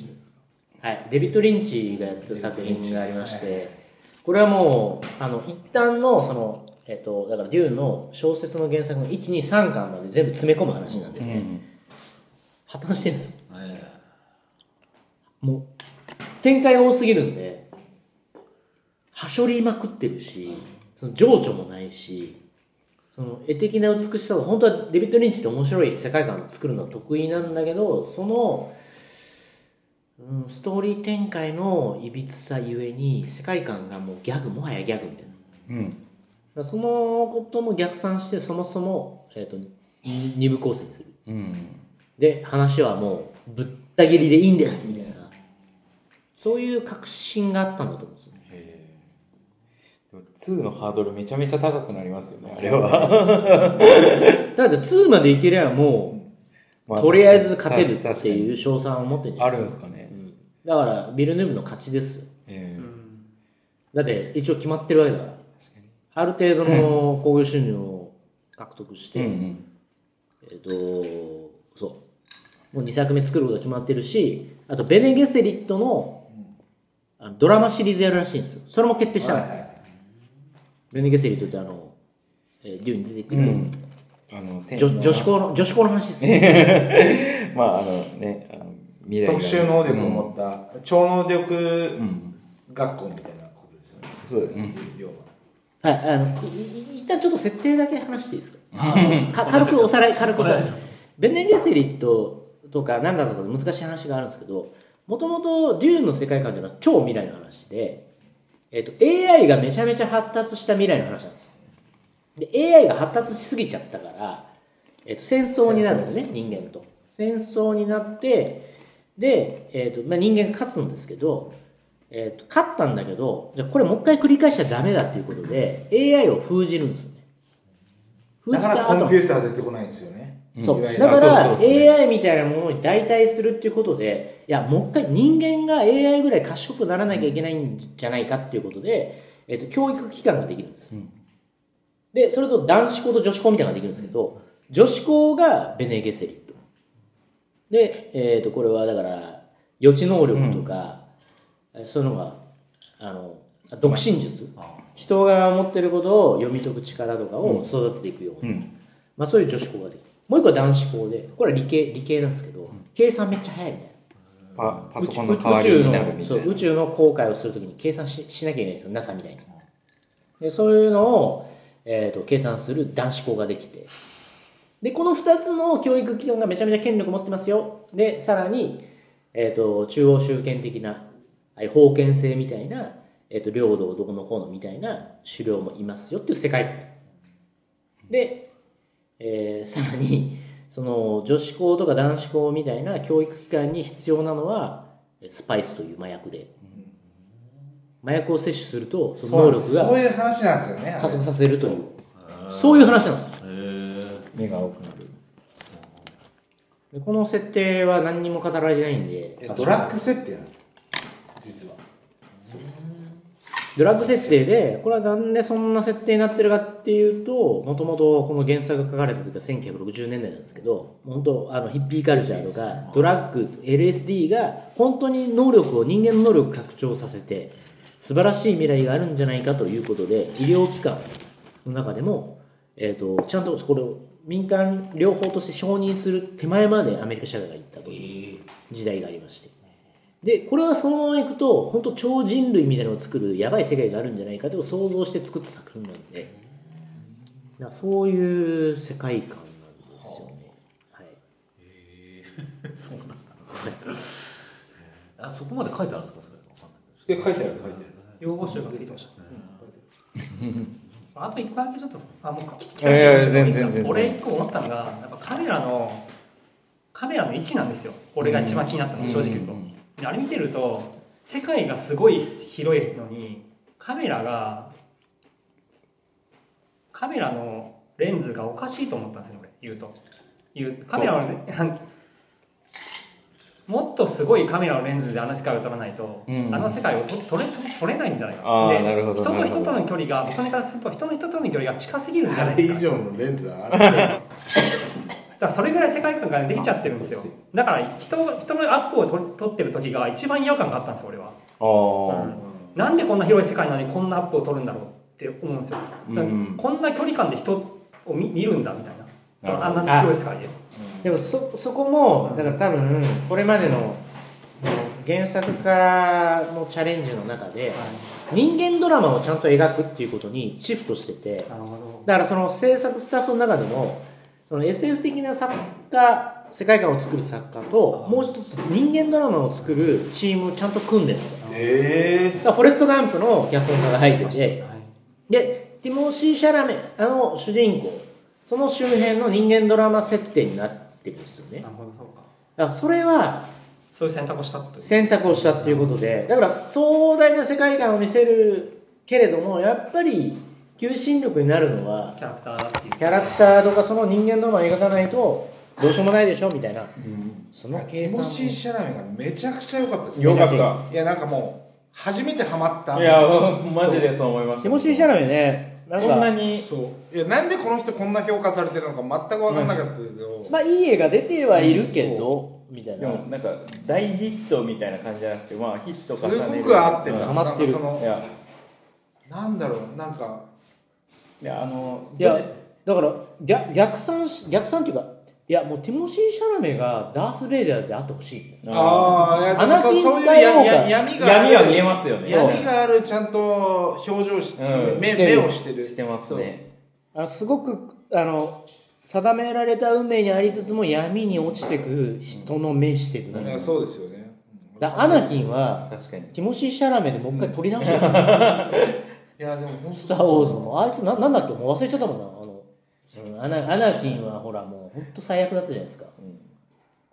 Speaker 2: はい、デビッド・リンチがやった作品がありまして、これはもうあの一旦のそのえっとだからデューの小説の原作の123巻まで全部詰め込む話なんで、ね破綻してるんですよ
Speaker 5: え
Speaker 2: もう展開が多すぎるんではしょりまくってるしその情緒もないしその絵的な美しさが本当はデビッド・リンチって面白い世界観を作るのは得意なんだけどその、うん、ストーリー展開のいびつさゆえに世界観がもうギャグもはやギャグみたいな
Speaker 4: うん。
Speaker 2: だからそのことも逆算してそもそも、えー、とに二部構成にする
Speaker 4: うん。
Speaker 2: で話はもうぶった切りでいいんですみたいなそういう確信があったんだと思うんですよね
Speaker 4: へーでも2のハードルめちゃめちゃ高くなりますよね、あれは。 <laughs>
Speaker 2: だって2までいけりゃもう、
Speaker 4: ま
Speaker 2: とりあえず勝てる
Speaker 4: 確
Speaker 2: っ
Speaker 4: か
Speaker 2: て
Speaker 4: に
Speaker 2: いう賞賛を持ってるんじゃ
Speaker 4: あ
Speaker 2: ない
Speaker 4: るん
Speaker 2: で
Speaker 4: ですす
Speaker 2: か、
Speaker 4: かね
Speaker 2: う。ん、だからビルヌーブの勝ちですよ
Speaker 4: えー
Speaker 2: だって一応決まってるわけだから
Speaker 4: 確かに
Speaker 2: ある程度の興行収入を獲得して、
Speaker 4: うんうん
Speaker 2: えっ、とそうもう2作目作ることが決まってるしあとベネ・ゲセリットのあのドラマシリーズやるらしいんですよそれも決定したの、ベネ・ゲセリットってあの、えー、竜に出てくる、
Speaker 4: うんあの
Speaker 2: 女女子
Speaker 4: 校
Speaker 2: 校の女子校の話ですね
Speaker 4: まああのねあの未来が
Speaker 8: 特殊能力を持った超能
Speaker 4: うんう
Speaker 8: 力
Speaker 4: ん
Speaker 8: 学校みたいなことですよね
Speaker 4: そうだね
Speaker 8: 要は
Speaker 2: はい、あの、いい一旦ちょっと設定だけ話していい
Speaker 4: <laughs>
Speaker 2: ですかか軽くおさらい、軽くおさらい。ベンネゲセリットとかなんだとかで難しい話があるんですけど、もともとデューンの世界観というのは超未来の話で、えっと、AI がめちゃめちゃ発達した未来の話なんですよ。で、AI が発達しすぎちゃったから、えっと、戦争になるんですよね、人間と。戦争になって、で、えっと、まあ、人間が勝つんですけど、えっと、勝ったんだけど、じゃあこれもう一回繰り返しちゃダメだっていうことで、AI を封じるんですよね。封
Speaker 8: だ
Speaker 2: じ
Speaker 8: から
Speaker 2: た
Speaker 8: コ
Speaker 2: 後
Speaker 8: ンピューター出てこないんですよね。
Speaker 2: そ。
Speaker 8: いう
Speaker 2: だ
Speaker 8: わゆる
Speaker 2: か
Speaker 9: あそ
Speaker 2: ら、
Speaker 9: うそうですね
Speaker 2: AI みたいなものに代替するっていうことで、いや、もう一回人間が AI ぐらい賢くならなきゃいけないんじゃないかっていうことで、えっと、教育機関ができるんですよ。で、それと男子校と女子校みたいなのができるんですけど、女子校がベネゲセリット。で、えっと、これはだから、予知能力とか、そういうのが、あの、独身術。人が持ってることを読み解く力とかを育てていくような。まあ、そういう女子校ができるもう一個は男子校でこれは理系理系なんですけど、計算めっちゃ早いみたいな
Speaker 7: パパソコンの代わりになるみたい
Speaker 2: 宇宙のそう
Speaker 7: な
Speaker 2: 宇宙の航海をするときに計算ししなきゃいけないんですよ NASA みたいにでそういうのを、えー、と計算する男子校ができてでこの2つの教育機関がめちゃめちゃ権力持ってますよでさらに、えー、と中央集権的なあれ封建制みたいな、えー、と領土をどこのこうのみたいな狩猟もいますよっていう世界観で、えーさらにその女子校とか男子校みたいな教育機関に必要なのはスパイスという麻薬で麻薬を摂取するとその能力
Speaker 8: そうそう
Speaker 2: が
Speaker 8: いう話なんですよね。あ
Speaker 2: 加
Speaker 8: れ
Speaker 2: 速させるというそういう話なの
Speaker 4: 目が青くなる。
Speaker 2: でこの設定は何にも語られてないんで
Speaker 8: えドラッグ設定なの実は。
Speaker 2: ドラッグ設定でこれはなんでそんな設定になってるかっていうともともとこの原作が書かれた時は1960年代なんですけどもう本当あのヒッピーカルチャーとかドラッグ LSD が本当に能力を人間の能力を拡張させて素晴らしい未来があるんじゃないかということで医療機関の中でも、えー、とちゃんとこれを民間療法として承認する手前までアメリカ社会が行ったという時代がありまして。でこれはそのままいくと本当超人類みたいなのを作るやばい世界があるんじゃないかと想像して作った作品なんでだからそういう世界観なんですよね、はい、
Speaker 5: <laughs> そうなんだあそこまで書いてあるんですかそれわかんないです
Speaker 8: いや書いてある書いてある。
Speaker 6: 用語集がついてました。あと一個だけちょっと、あ、もう聞き
Speaker 7: いやいや全然全然
Speaker 6: 俺一個思ったのが、やっぱカメラの、カメラの位置なんですよ。俺が一番気になったの、正直言うと。であれ見てると、世界がすごい広いのに、カメラが、カメラのレンズがおかしいと思ったんですよ、俺、言うと。言うカメラのレン <laughs> もっとすごいカメラのレンズであの世界を撮らないと、
Speaker 7: うん
Speaker 6: あの世界をと撮れ撮れないんじゃないか
Speaker 7: あー
Speaker 6: で
Speaker 7: なるほど
Speaker 6: 人
Speaker 7: な
Speaker 6: と
Speaker 7: るほど
Speaker 6: 人との距離が僕にからすると人の人との距離が近すぎるんじゃな
Speaker 8: あ
Speaker 6: い
Speaker 8: れ
Speaker 6: です
Speaker 8: 以
Speaker 6: か
Speaker 8: 上のレンズはある。
Speaker 6: だからそれぐらい世界観ができちゃってるんですよだから人人のアップを撮撮ってる時が一番違和感があったんですよ俺は、
Speaker 7: あー
Speaker 6: うんなんでこんな広い世界なのにこんなアップを撮るんだろうって思うんですよ、だから
Speaker 7: うん
Speaker 6: こんな距離感で人を見見るんだみたいなその
Speaker 7: な
Speaker 6: あ
Speaker 7: る
Speaker 6: ん
Speaker 7: ほ
Speaker 6: な広い世界で
Speaker 2: でもそそこもだから多分これまでの原作からのチャレンジの中で人間ドラマをちゃんと描くっていうことにシフトしてて
Speaker 6: なるほ
Speaker 2: だからその制作スタッフの中でもその SF 的な作家世界観を作る作家ともう一つ人間ドラマを作るチームをちゃんと組んでるんですよ
Speaker 8: え
Speaker 2: だからフォレスト・ガンプの脚本家が入ってて
Speaker 6: ど、はい
Speaker 2: でティモシー・シャラメあの主人公その周辺の人間ドラマ設定になってるんですよね
Speaker 6: なるほどそうか
Speaker 2: だからそれは
Speaker 6: そういう選択をしたって
Speaker 2: 選択をしたっていうことでだから壮大な世界観を見せるけれどもやっぱり求心力になるのは
Speaker 6: キャラクターだっていう
Speaker 2: キャラクターとかその人間ドラマを描かないとどうしようもないでしょみたいな、そ
Speaker 8: え
Speaker 2: の計
Speaker 8: ティ
Speaker 2: 算
Speaker 8: モシー・シャラメがめちゃくちゃ良かったですね。
Speaker 7: よかっ
Speaker 8: いや、なんかもう、初めてハマった。
Speaker 7: たいやうんマジでそう思いました
Speaker 2: 気持ちいいじゃないよねなん
Speaker 7: こんな
Speaker 2: か
Speaker 7: に
Speaker 8: そう。いや、なんでこの人こんな評価されてるのか全く分かんなかったけど。
Speaker 2: まあいい映画出てはいるけど、みたい
Speaker 7: で
Speaker 2: な
Speaker 7: もなんか大ヒットみたいな感じじゃなくてまあヒッ
Speaker 8: す
Speaker 7: ト
Speaker 8: ご
Speaker 7: 重ねる
Speaker 8: く合ってた。
Speaker 2: ハマってる
Speaker 8: なんか
Speaker 7: う
Speaker 8: そ
Speaker 7: んい
Speaker 8: の
Speaker 7: や
Speaker 8: なんだろう、なんか、
Speaker 7: いやあの
Speaker 2: いやだから逆逆算し逆算っていうかいやもうティモシー・シャラメがダース・ベイダーであってほしい
Speaker 8: ああ、いや
Speaker 2: アナ
Speaker 8: そ
Speaker 2: キン
Speaker 8: うそういう
Speaker 2: スカイウォーカー
Speaker 8: やや闇がある
Speaker 4: 闇は見えますよね。
Speaker 8: 闇があるちゃんと表情して、
Speaker 4: うん
Speaker 8: 目
Speaker 2: して
Speaker 8: 目
Speaker 2: る
Speaker 8: をしてる
Speaker 4: してますね。
Speaker 2: あのすごくあの定められた運命にありつつも闇に落ちてく人の目してる
Speaker 8: い
Speaker 2: ね、
Speaker 8: やそうですよね
Speaker 2: だアナキンは
Speaker 4: 確かに。
Speaker 2: ティモシー・シャラメでもう一回撮り直してほしい
Speaker 8: いやでも本
Speaker 2: スター・ウォーズのあいつななんだっけもう忘れちゃったもんなあの、うん、アナアナキンはほらもう本当最悪だったじゃないですか
Speaker 4: うん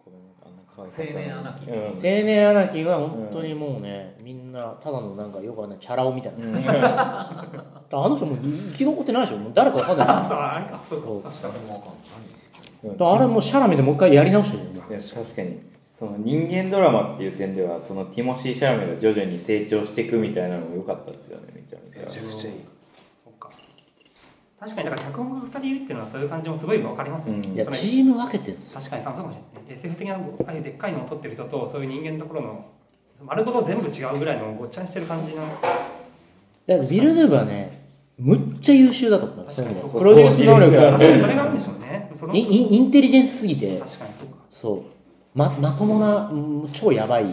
Speaker 4: このあの可愛かった
Speaker 5: 青年アナキン
Speaker 4: うん
Speaker 2: 青年アナキンは本当にもうね、みんなただのなんかよくわかんないチャラ男みたいな、
Speaker 4: うん
Speaker 2: あの人もう生き残ってないでしょもう誰かわかんないで
Speaker 6: あ、そうあれか。そうか。
Speaker 2: しょ
Speaker 5: 確かにもうわかんない
Speaker 2: <laughs> だからあれもうシャラメでもう一回やり直してるよね
Speaker 4: いや確かにその人間ドラマっていう点ではそのティモシー・シャラメが徐々に成長していくみたいなのも良かったですよねめちゃめちゃ
Speaker 8: めちゃくちゃいい
Speaker 6: そっか確かにだから脚本が2人いるっていうのはそういう感じもすごい分かりますよね、
Speaker 4: うん
Speaker 2: いや
Speaker 6: それ
Speaker 2: チーム分けてるんですよ
Speaker 6: 確かに多分そうかもしれないですね SF 的なああいうでっかいのを撮ってる人とそういう人間のところの丸ごと全部違うぐらいのごっちゃにしてる感じの
Speaker 2: だからビルヌーヴはねむっちゃ優秀だと思うそういう意味ではプロデュース能力があ
Speaker 6: 確かにそ
Speaker 2: る
Speaker 6: れがあるんでしょうねその
Speaker 2: インインインテリジェンスすぎて
Speaker 6: 確かにそうか
Speaker 2: そうままともなうん超やばい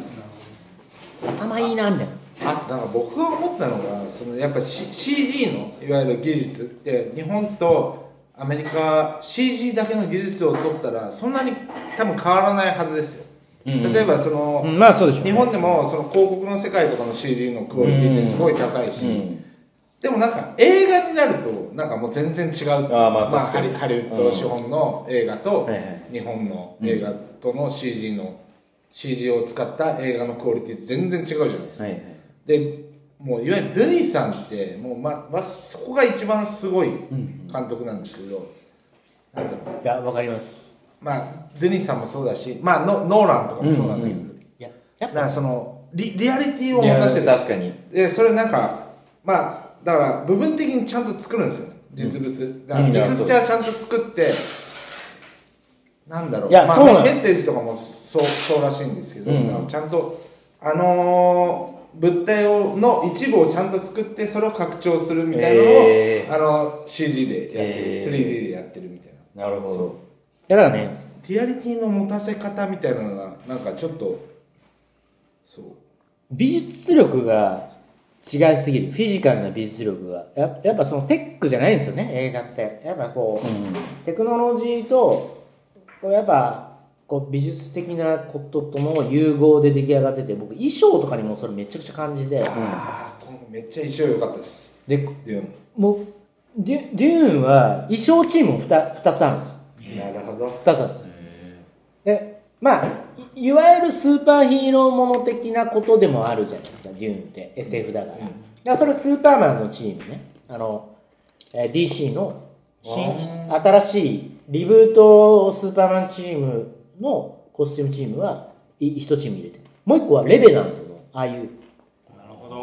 Speaker 2: 頭いいなみたいな
Speaker 8: あなんか僕が思ったのがそのやっぱ、C、CG のいわゆる技術って日本とアメリカ CG だけの技術を取ったらそんなに多分変わらないはずですよ、
Speaker 4: うん
Speaker 8: 例えばその、
Speaker 2: うんまあそうでしょうね
Speaker 8: 日本でもその広告の世界とかの CG のクオリティってすごい高いし、
Speaker 4: うん
Speaker 8: でもなんか映画になるとなんかもう全然違うあ
Speaker 4: あーまあ確
Speaker 8: ハ
Speaker 4: かに
Speaker 8: リハリウッド資本の映画と
Speaker 4: はいはい
Speaker 8: 日本の映画との CG の CG を使った映画のクオリティ全然違うじゃないですか、
Speaker 4: はいはい
Speaker 8: でもういわゆるドゥニーさんってもう、まま、そこが一番すごい監督なんですけど、なんだろう
Speaker 2: いやわかります
Speaker 8: まあドゥニーさんもそうだし、まあ、ノノーランとかもそうなんだけど、
Speaker 4: うんう
Speaker 2: いややっ
Speaker 8: だ
Speaker 2: ぱ
Speaker 8: からそのリリアリティを持たせる
Speaker 4: いや確かに
Speaker 8: でそれなんかまあだから部分的にちゃんと作るんですよ実物だから
Speaker 4: うん
Speaker 8: テクスチャーちゃんと作ってなんだろう
Speaker 2: いや
Speaker 8: まあ
Speaker 2: そうなん
Speaker 8: メッセージとかもそうそうらしいんですけど、
Speaker 4: うん
Speaker 8: だからちゃんとあのー物体をの一部をちゃんと作ってそれを拡張するみたいなのを、
Speaker 4: えー
Speaker 8: あの CG でやってる、
Speaker 4: えー
Speaker 8: 3D でやってるみたいな
Speaker 4: なるほど
Speaker 2: いやだからね
Speaker 8: リアリティの持たせ方みたいなのがなんかちょっとそう
Speaker 2: 美術力が違いすぎるフィジカルな美術力がややっぱそのテックじゃないんですよね映画ってやっぱこう、テクノロジーとこうやっぱこう美術的なこととの融合で出来上がってて僕衣装とかにもそれめちゃくちゃ感じて
Speaker 8: ああ、今後めっちゃ衣装良かったです。
Speaker 2: で
Speaker 8: っていうの
Speaker 2: もうデュデューンは衣装チームも 2, つあるんですよ
Speaker 8: なるほど。
Speaker 2: 2つあるんですよでまあいいわゆるスーパーヒーローもの的なことでもあるじゃないですかデューンって SF だから,、だからそれスーパーマンのチームねあの、えー DC の新新しいリブートスーパーマンチームのコスチュームチームはい1チーム入れてるもう1個はレベナントのああいう
Speaker 6: なるほど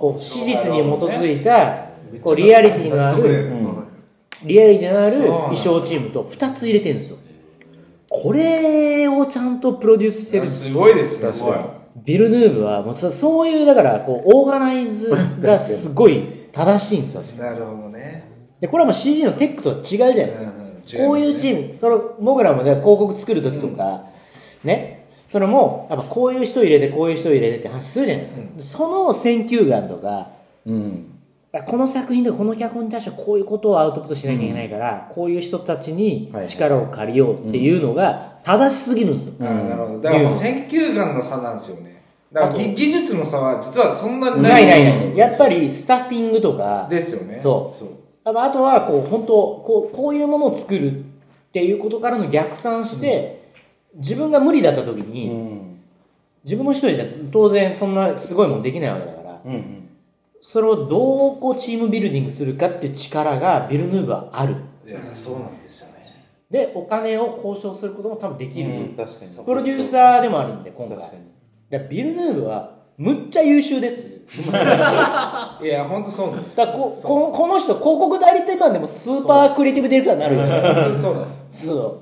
Speaker 2: こう史実に基づいたこうリアリティのあるリアリティのある衣装チームと2つ入れてるんですよこれをちゃんとプロデュースしてる
Speaker 8: すごいですね。
Speaker 4: 確かに
Speaker 2: ビルヌーブはもうそそういうだからこうオーガナイ <laughs> ズがすごい正しいんですよ
Speaker 8: なるほどね。
Speaker 2: でこれはもう CG のテックとは違うじゃないですかこういうチ
Speaker 8: ム。
Speaker 2: ームその僕らもね広告作る時とか、ねそれもやっぱこういう人入れてこういう人入れてって話するじゃないですか、その選球眼とか
Speaker 4: うん
Speaker 2: この作品とかこの脚本に対してこういうことをアウトプットしなきゃいけないから、こういう人たちに力を借りようっていうのが正しすぎるんですよ、
Speaker 8: あーなるほど。だからもう選球眼の差なんですよね。だからぎ技術の差は実はそんなに
Speaker 2: ないないないやっぱりスタッフィングとか
Speaker 8: ですよね。
Speaker 2: そうあとあとはこう本当こうこういうものを作るっていうことからの逆算して、自分が無理だった時に、
Speaker 4: うん
Speaker 2: 自分の一人じゃ当然そんなすごいもんできないわけだから
Speaker 4: うんうん
Speaker 2: それをどうこうチームビルディングするかっていう力がビルヌーブはある
Speaker 8: いや、そうなんですよね。
Speaker 2: でお金を交渉することも多分できる、
Speaker 4: うん確かに
Speaker 2: プロデューサーでもあるんで今回
Speaker 4: 確
Speaker 2: だ
Speaker 4: か
Speaker 2: か
Speaker 4: に
Speaker 2: らビルヌーブはむっちゃ優秀です
Speaker 8: いや、本当そう
Speaker 2: <laughs>
Speaker 8: なんですよ。
Speaker 2: だからここのこの人広告代理店なんでもスーパークリエイティブディレクターになるよね
Speaker 8: 本当にそうなんですよ。
Speaker 2: そう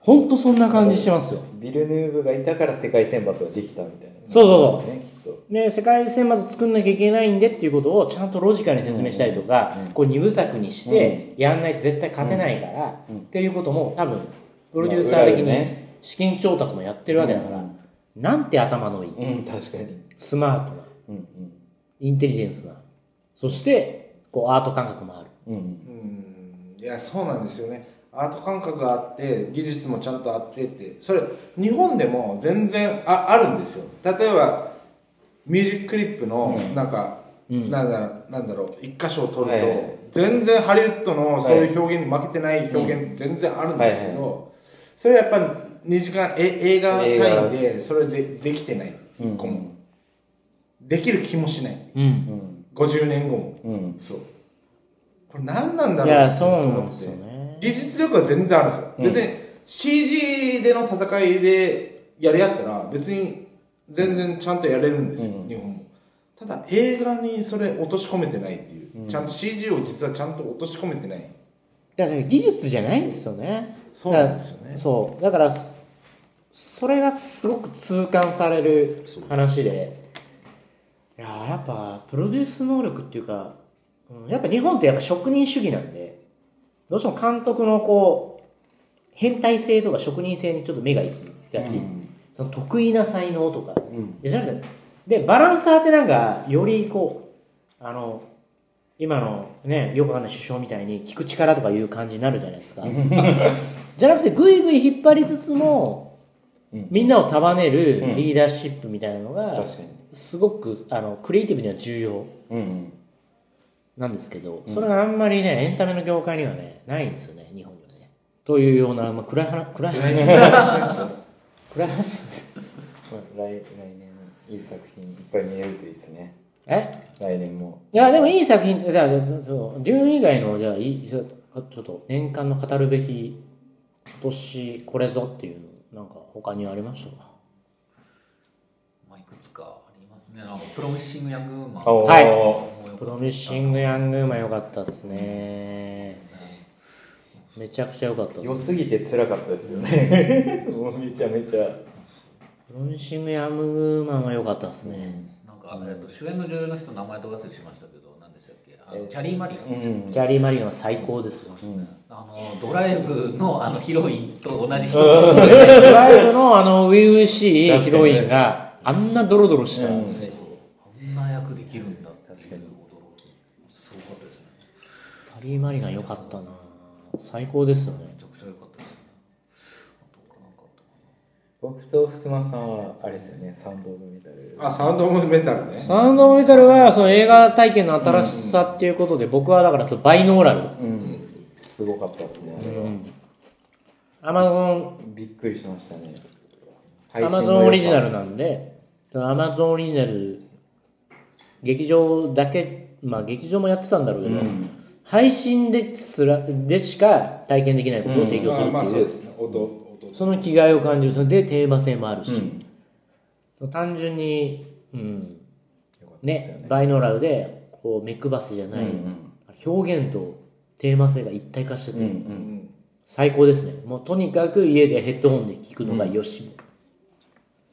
Speaker 2: 本当そんな感じしますよ
Speaker 4: ビルヌーブがいたから世界選抜ができたみたいな
Speaker 2: そうそうそう
Speaker 4: ね、きっと。
Speaker 2: ね、世界線まず作んなきゃいけないんでっていうことをちゃんとロジカルに説明したりとか、
Speaker 4: うんうん
Speaker 2: こう二部作にしてやんないと絶対勝てないから、
Speaker 4: うん
Speaker 2: っていうことも多分プロデューサー的
Speaker 4: まあ裏で
Speaker 2: に
Speaker 4: ね
Speaker 2: 資金調達もやってるわけだから、
Speaker 4: うん
Speaker 2: なんて頭のいい、
Speaker 4: うん、確かに。
Speaker 2: スマートな
Speaker 4: うん
Speaker 2: インテリジェンスなそしてこうアート感覚もある
Speaker 4: うん。うん
Speaker 8: うんいやそうなんですよねアート感覚があって技術もちゃんとあってってそれ日本でも全然ああるんですよ例えばミュージッククリップの
Speaker 4: うん
Speaker 8: なんか、
Speaker 2: うん
Speaker 8: なんだなんだろう一箇所を撮ると、
Speaker 4: はいはいはい
Speaker 8: 全然ハリウッドのそういう表現に負けてない表現全然あるんですけど、それはやっぱり2時間え映画単位でそれでできてない一個も、できる気もしない
Speaker 2: うん
Speaker 8: 50年後も
Speaker 4: うん。うん。
Speaker 8: そうこれ何なんだ
Speaker 2: い
Speaker 8: ろう
Speaker 2: や
Speaker 8: ってず
Speaker 2: そ
Speaker 8: っ
Speaker 2: うな
Speaker 8: と思
Speaker 2: んで
Speaker 8: って
Speaker 2: すよね
Speaker 8: 技術力は全然あるんですよ、
Speaker 4: うん
Speaker 8: 別に CG での戦いでやり合ったら別に全然ちゃんとやれるんですよ、
Speaker 4: うん
Speaker 8: 日本もただ映画にそれ落とし込めてないっていう、
Speaker 4: うん
Speaker 8: ちゃんと CG を実はちゃんと落とし込めてない
Speaker 2: だから技術じゃないんですよね
Speaker 8: そうなんですよね
Speaker 2: そうだからそそれがすごく痛感される話でいやーやっぱプロデュース能力っていうか、うん、やっぱ日本ってやっぱ職人主義なんでどうしても監督のこう変態性とか職人性にちょっと目が行きがち、その得意な才能とか
Speaker 4: うん。
Speaker 2: いやじゃなくてでバランサーってなんかよりこうあの今のねよくわかんない首相みたいに聞く力とかいう感じになるじゃないです
Speaker 4: <laughs>
Speaker 2: かじゃなくてぐいぐい引っ張りつつも
Speaker 4: うん
Speaker 2: みんなを束ねる
Speaker 4: うん
Speaker 2: リーダーシップみたいなのが
Speaker 4: 確かに。
Speaker 2: すごくあのクリエイティブには重要
Speaker 4: うん。
Speaker 2: なんですけど
Speaker 4: うん
Speaker 2: それがあんまりねエンタメの業界にはねないんですよね日本にはね。というような、まあ、暗い話暗い話
Speaker 4: <laughs>
Speaker 2: 暗い話
Speaker 4: まあ、来来年、いい作品いっぱい見れるといいですね。
Speaker 2: え
Speaker 4: 来年も。
Speaker 2: いや、でもいい作品、じゃあ、そう、デューン以外の、じゃあ、いい、ちょっとちょっと、年間の語るべき、今年これぞっていうの、なんか、他にありましたか
Speaker 5: まあ、いくつかありますね。なんかプロミッシングヤングウーマン。
Speaker 4: おー
Speaker 2: はい
Speaker 5: もうよかった
Speaker 2: プロミッシングヤングマン良かったですね。めちゃくちゃ良かったっす
Speaker 4: 良すぎて辛かったですよね。もうめちゃめちゃ。
Speaker 2: プロミッシングヤングマンは良かったですね。
Speaker 5: なんか、えっと、主演の女優の人、名前と忘れしましたけど、何でしたっけあの
Speaker 4: え
Speaker 5: キャリー・マリ
Speaker 4: う
Speaker 5: オ
Speaker 4: ん
Speaker 2: キ。ャリーマリオンは最高ですよ。
Speaker 5: あの、ドライブのあのヒロインと同じ人。
Speaker 2: ドライブのあの、初々しいヒロインがあんなドロドロした。
Speaker 4: うん
Speaker 5: そうあんな役できるんだっていう驚き。すごかったですね。
Speaker 2: キャリーマリオン良かったな最高ですよね
Speaker 5: め。ちゃくちゃ良かったですね。あと他なんかあったかな
Speaker 4: 僕とふすまさんは、あれですよね、サウンド・オブ・メタル。
Speaker 8: あサウンド・オブ・メタルね
Speaker 2: サウンドオブメタルはその映画体験の新しさっていうことで、僕はだからちょっとバイノーラル、
Speaker 4: うん。すごかったですね、あれは。
Speaker 2: アマゾン
Speaker 4: びっくりしましたね。
Speaker 2: アマゾンオリジナルなんでそのアマゾンオリジナル劇場だけまあ劇場もやってたんだろうけ
Speaker 4: う
Speaker 2: ど、
Speaker 4: ん。
Speaker 2: 配信ですらでしか体験できないことを提供す
Speaker 8: ま
Speaker 2: る
Speaker 8: あまあ
Speaker 2: って
Speaker 8: そ
Speaker 2: いうう,、
Speaker 8: ですね音音
Speaker 2: その気概を感じるそれでテーマ性もある
Speaker 4: う
Speaker 2: し、
Speaker 4: ん。
Speaker 2: 単純に、うん、
Speaker 4: よかったですよ
Speaker 2: ねバイノーラルでこう目配せじゃない、
Speaker 4: うん
Speaker 2: 表現とテーマ性が一体化してて、
Speaker 4: うん。う。
Speaker 8: うんん
Speaker 2: 最高ですねもうとにかく家でヘッドホンで聞くのがよし、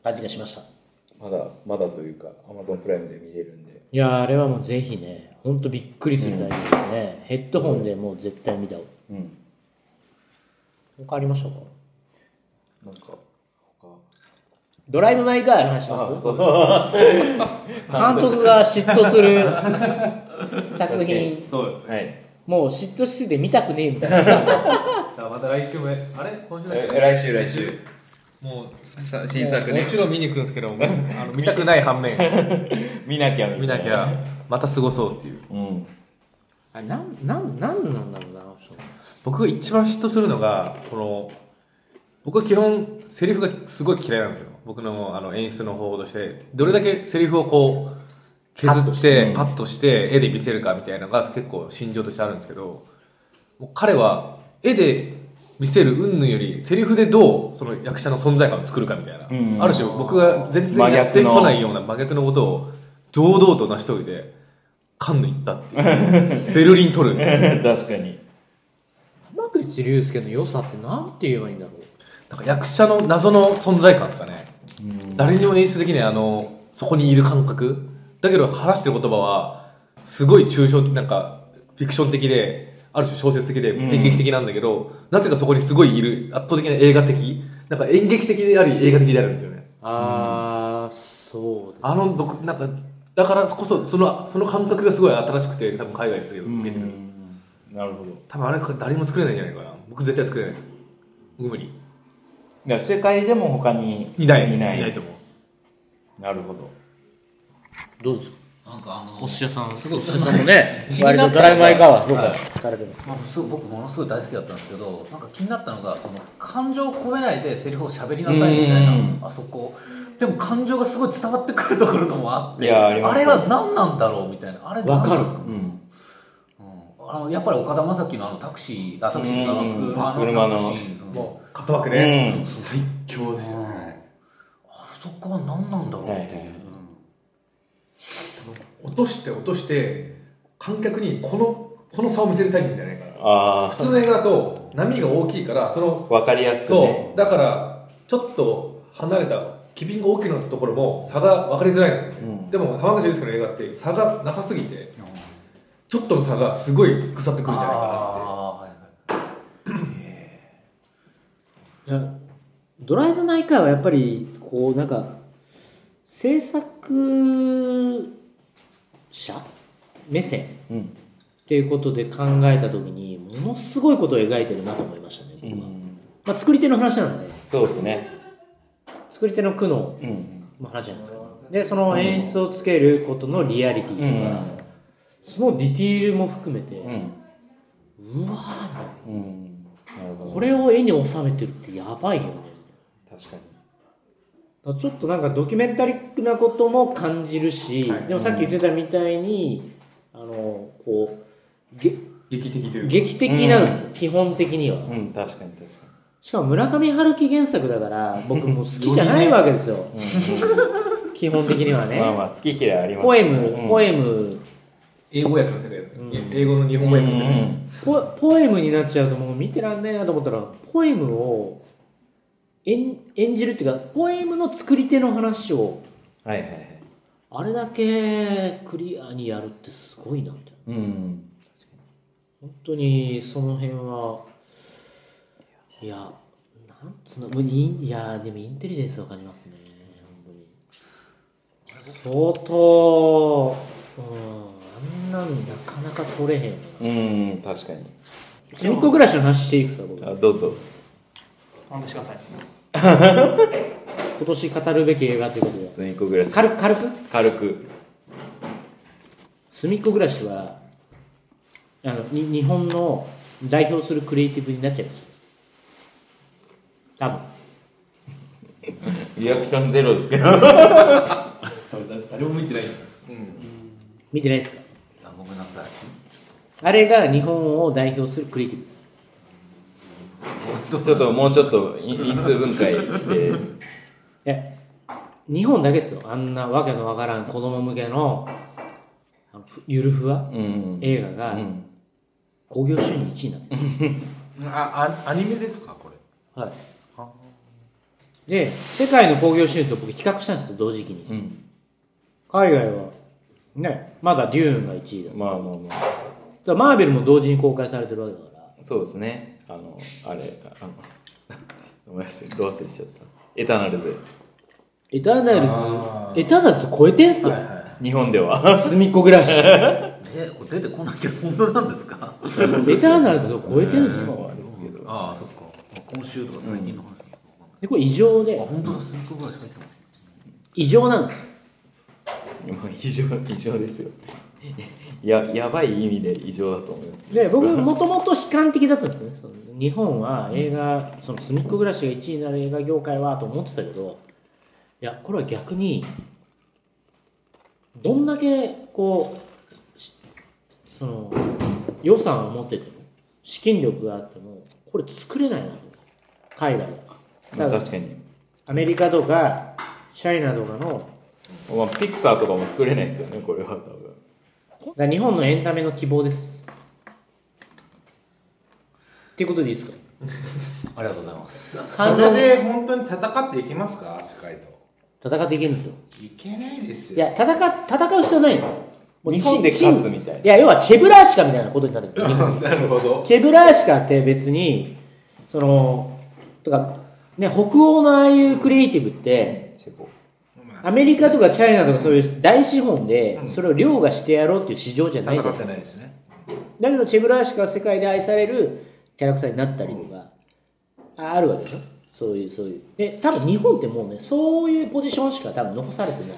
Speaker 2: 感じがしましたい
Speaker 4: まだ、まだというか、アマゾンプライムで見れるんで。
Speaker 2: やーあれはもうぜひねほんとびっくりする大事ですね、ヘッドホンでもう絶対見た方が
Speaker 4: うん。
Speaker 2: 他ありましたか
Speaker 4: なんか、他。
Speaker 2: ドライブ・マイ・カーの話します
Speaker 4: そう
Speaker 2: 監督が嫉妬す <laughs> る作品
Speaker 7: そう
Speaker 4: はい。
Speaker 2: もう嫉妬しすぎて見たくねえみたい
Speaker 7: だ
Speaker 2: な
Speaker 7: からまた来週もやあれ今週だっ
Speaker 4: え
Speaker 7: け
Speaker 4: 来週、来週。
Speaker 9: もう
Speaker 4: さ新作ね
Speaker 9: も。ちろん見に行くんですけどもうあの見たくない反面
Speaker 4: 見なきゃ。
Speaker 9: 見なき。ゃまた過ごそうっていう
Speaker 4: うん。 <laughs>
Speaker 2: あれなんなんなんなんだろうなあの人
Speaker 9: 僕が一番嫉妬するのがこの僕は基本セリフがすごい嫌いなんですよ僕のあの演出の方法としてどれだけセリフをこう削ってカットして絵で見せるかみたいなのが結構心情としてあるんですけどもう彼は絵で見せる云々よりセリフでどうその役者の存在感を作るかみたいな、
Speaker 4: うん
Speaker 9: ある種僕が全然やってこないような真逆のことを堂々と成し遂げてカンヌ行ったって <laughs> いうベルリン取る
Speaker 4: 確かに。
Speaker 2: 浜口竜介の良さってなんて言えばいいんだろう
Speaker 9: なんか役者の謎の存在感ですかね
Speaker 4: うん。
Speaker 9: 誰にも演出できないあのそこにいる感覚だけど話してる言葉はすごい抽象的なんかフィクション的である種小説的で演劇的なんだけど、なぜかそこにすごいいる圧倒的な映画的なんか演劇的であり映画的であるんですよね
Speaker 2: ああ、そうです。
Speaker 9: あの僕なんかだからこそそのその感覚がすごい新しくて多分海外ですけど受けてる、
Speaker 4: なるほど。
Speaker 9: 多分あれ誰も作れないんじゃないかな僕絶対作れない僕無理
Speaker 4: いや、世界でも他に
Speaker 9: いない
Speaker 4: いない
Speaker 9: いないと思う
Speaker 4: なるほど。
Speaker 2: どうですか
Speaker 5: なんかあの
Speaker 10: お寿司屋さん、すごい。
Speaker 2: そもね
Speaker 5: 気にな
Speaker 2: 割
Speaker 5: った
Speaker 2: とドライバーかは、どう
Speaker 5: は
Speaker 2: か
Speaker 5: い
Speaker 2: 疲れてます。
Speaker 5: まあ、すごい僕ものすごい大好きだったんですけどなんか気になったのがその感情を込めないでセリフを喋りなさいみたい
Speaker 4: うん
Speaker 5: なあそこでも感情がすごい伝わってくるところともあって
Speaker 4: いやあります
Speaker 5: れは何なんだろうみたいなあれ何なんですか
Speaker 4: うん。
Speaker 5: うんあのやっぱり岡田将生のあのタクシーあタクシーのあの
Speaker 4: うん
Speaker 5: 車の
Speaker 4: 車の
Speaker 5: タクシーも
Speaker 9: 片枠
Speaker 4: ね
Speaker 9: ね、最強ですよね、
Speaker 5: あそこは何なんだろうっていう、
Speaker 4: はいはい
Speaker 9: 落として落として観客にこのこの差を見せるタイプじゃないかな
Speaker 4: あ
Speaker 9: 普通の映画だと波が大きいからその
Speaker 4: あ、わかりやすくね。
Speaker 9: そうだからちょっと離れた機敏が大きくなったところも差が分かりづらいのね、
Speaker 4: うん
Speaker 9: でも浜口竜介の映画って差がなさすぎてちょっとの差がすごい腐ってくるんじゃないか
Speaker 5: あーはいはい
Speaker 2: いやドライブ・マイ・カーはやっぱりこうなんか制作者目線
Speaker 4: うん
Speaker 2: っていうことで考えた時にものすごいことを描いてるなと思いましたね、
Speaker 4: う
Speaker 2: 僕は
Speaker 4: ん。
Speaker 2: まあ、作り手の話なので
Speaker 4: そうですね。
Speaker 2: 作り手の苦悩
Speaker 4: うん。
Speaker 2: の話じゃないですかでその演出をつけることのリアリティとか、そのディティールも含めて、う
Speaker 4: うん。
Speaker 2: わーみたいな
Speaker 4: うん。なるほど。
Speaker 2: これを絵に収めてるってやばいよね
Speaker 4: 確かに。
Speaker 2: ちょっとなんかドキュメンタリックなことも感じるし、でもさっき言ってたみたいに、あのこうげ
Speaker 9: なって劇的というか
Speaker 2: 劇的なんですよ、基本的には
Speaker 4: うん、確かに確か
Speaker 2: しかも村上春樹原作だから僕もう好きじゃないわけです
Speaker 4: <laughs>
Speaker 2: よ
Speaker 4: に。うん
Speaker 2: 基本的には
Speaker 4: まあ
Speaker 2: ね
Speaker 4: まあ、好き嫌いあります
Speaker 2: ポエ
Speaker 4: う
Speaker 2: ム
Speaker 4: ん
Speaker 2: ポエム
Speaker 9: 英語訳の世界だよね、
Speaker 2: うん
Speaker 9: 英語の日本語訳の世界、
Speaker 2: ポポエムになっちゃうともう見てらんないなと思ったらポエムを演演じるっていうかポエムの作り手の話を
Speaker 4: はいはいはい。
Speaker 2: あれだけクリアにやるってすごいなみたいな
Speaker 4: うん。
Speaker 2: 本当にその辺はいやなんつうのもういいいやでもインテリジェンスを感じますね本当に相当うんあんなんなかなか取れへんよな
Speaker 4: うん、確かに。
Speaker 2: 一個暮らしの話していくさ僕
Speaker 4: あどうぞ。
Speaker 6: 本当してください
Speaker 2: 今年語るべき映画ということで
Speaker 4: 隅っこ暮らし。
Speaker 2: 軽く軽く
Speaker 4: 軽く。
Speaker 2: 隅っこ暮らしはあのに日本の代表するクリエイティブになっちゃいました多分
Speaker 4: リアクションゼロですけど。
Speaker 9: 誰も向いてない
Speaker 2: 見てないですか
Speaker 5: いやごめんなさい
Speaker 2: あれが日本を代表するクリエイティブです
Speaker 4: <laughs> ちょっともうちょっとい因数分解して。
Speaker 2: え日本だけですよあんなわけのわからん子供向けのあのふゆるふわ
Speaker 4: うん。
Speaker 2: 映画が
Speaker 4: うん
Speaker 2: 興行収入1位になってる
Speaker 8: ああアニメですかこれ
Speaker 2: はいで世界の興行収入と僕比較したんですよ同時期に
Speaker 4: うん。
Speaker 2: 海外はねまだデューンが1位だだか
Speaker 4: まあまあまあ。
Speaker 2: らマーベルも同時に公開されてるわけだから
Speaker 4: そうですね。あの、あれ、あの、ごめんなさい、どうせしちゃった。エターナルズ。
Speaker 2: エターナ
Speaker 8: あ
Speaker 2: ルズエターナルズ超えてんすよ、
Speaker 4: 日本では。
Speaker 2: 隅っこ暮らしエ
Speaker 5: えこれ出てこないけど本当なんですか
Speaker 2: ターナルズを超えてるんですよ
Speaker 5: ああそっか今週とか最近の話、
Speaker 2: でこれ異常
Speaker 5: あ
Speaker 2: で
Speaker 5: 本当だ隅っこぐらいしか入ってない
Speaker 2: 異常なんですよ
Speaker 4: もう異常、異常ですよ。や、やばい意味で異常だと思います。
Speaker 2: で僕
Speaker 4: <laughs>
Speaker 2: もともと悲観的だったんですねその日本は映画その隅っこ暮らしが1位になる映画業界はと思ってたけどいやこれは逆にどんだけこうしその予算を持ってても資金力があってもこれ作れないなと海外は
Speaker 4: まあ確かに。
Speaker 2: アメリカとかチャイナとかの
Speaker 4: まあ、ピクサーとかも作れないですよね、これは多分。
Speaker 2: だから日本のエンタメの希望ですっていうことでいいですか
Speaker 5: ありがとうございます
Speaker 2: 反
Speaker 8: そ
Speaker 2: 論
Speaker 8: れで本当に戦っていきますか世界と
Speaker 2: 戦っていけるんですよ。
Speaker 8: いけないです
Speaker 2: い
Speaker 8: よ。
Speaker 2: や、戦、戦う必要ないの。もう
Speaker 4: 日本で
Speaker 2: チー
Speaker 4: 勝
Speaker 2: ム
Speaker 4: つみたい
Speaker 2: いや、要はチェブラーシカみたいなことになってくる。日本
Speaker 8: なるほど。
Speaker 2: チェブラーシカって別に、その、とか、ね、北欧のああいうクリエイティブって、
Speaker 4: な。チェコ。
Speaker 2: アメリカとかチャイナとかそういう大資本で、それを凌駕してやろうっていう市場じゃないじゃな
Speaker 8: 戦
Speaker 2: い
Speaker 8: っ
Speaker 2: で
Speaker 8: て
Speaker 2: すか
Speaker 8: ないですね。
Speaker 2: だけど、チェブラーシカは世界で愛されるキャラクターになったりとか、ああるわけでしょそういう、そういう。で、多分日本ってもうね、そういうポジションしか多分残されてない。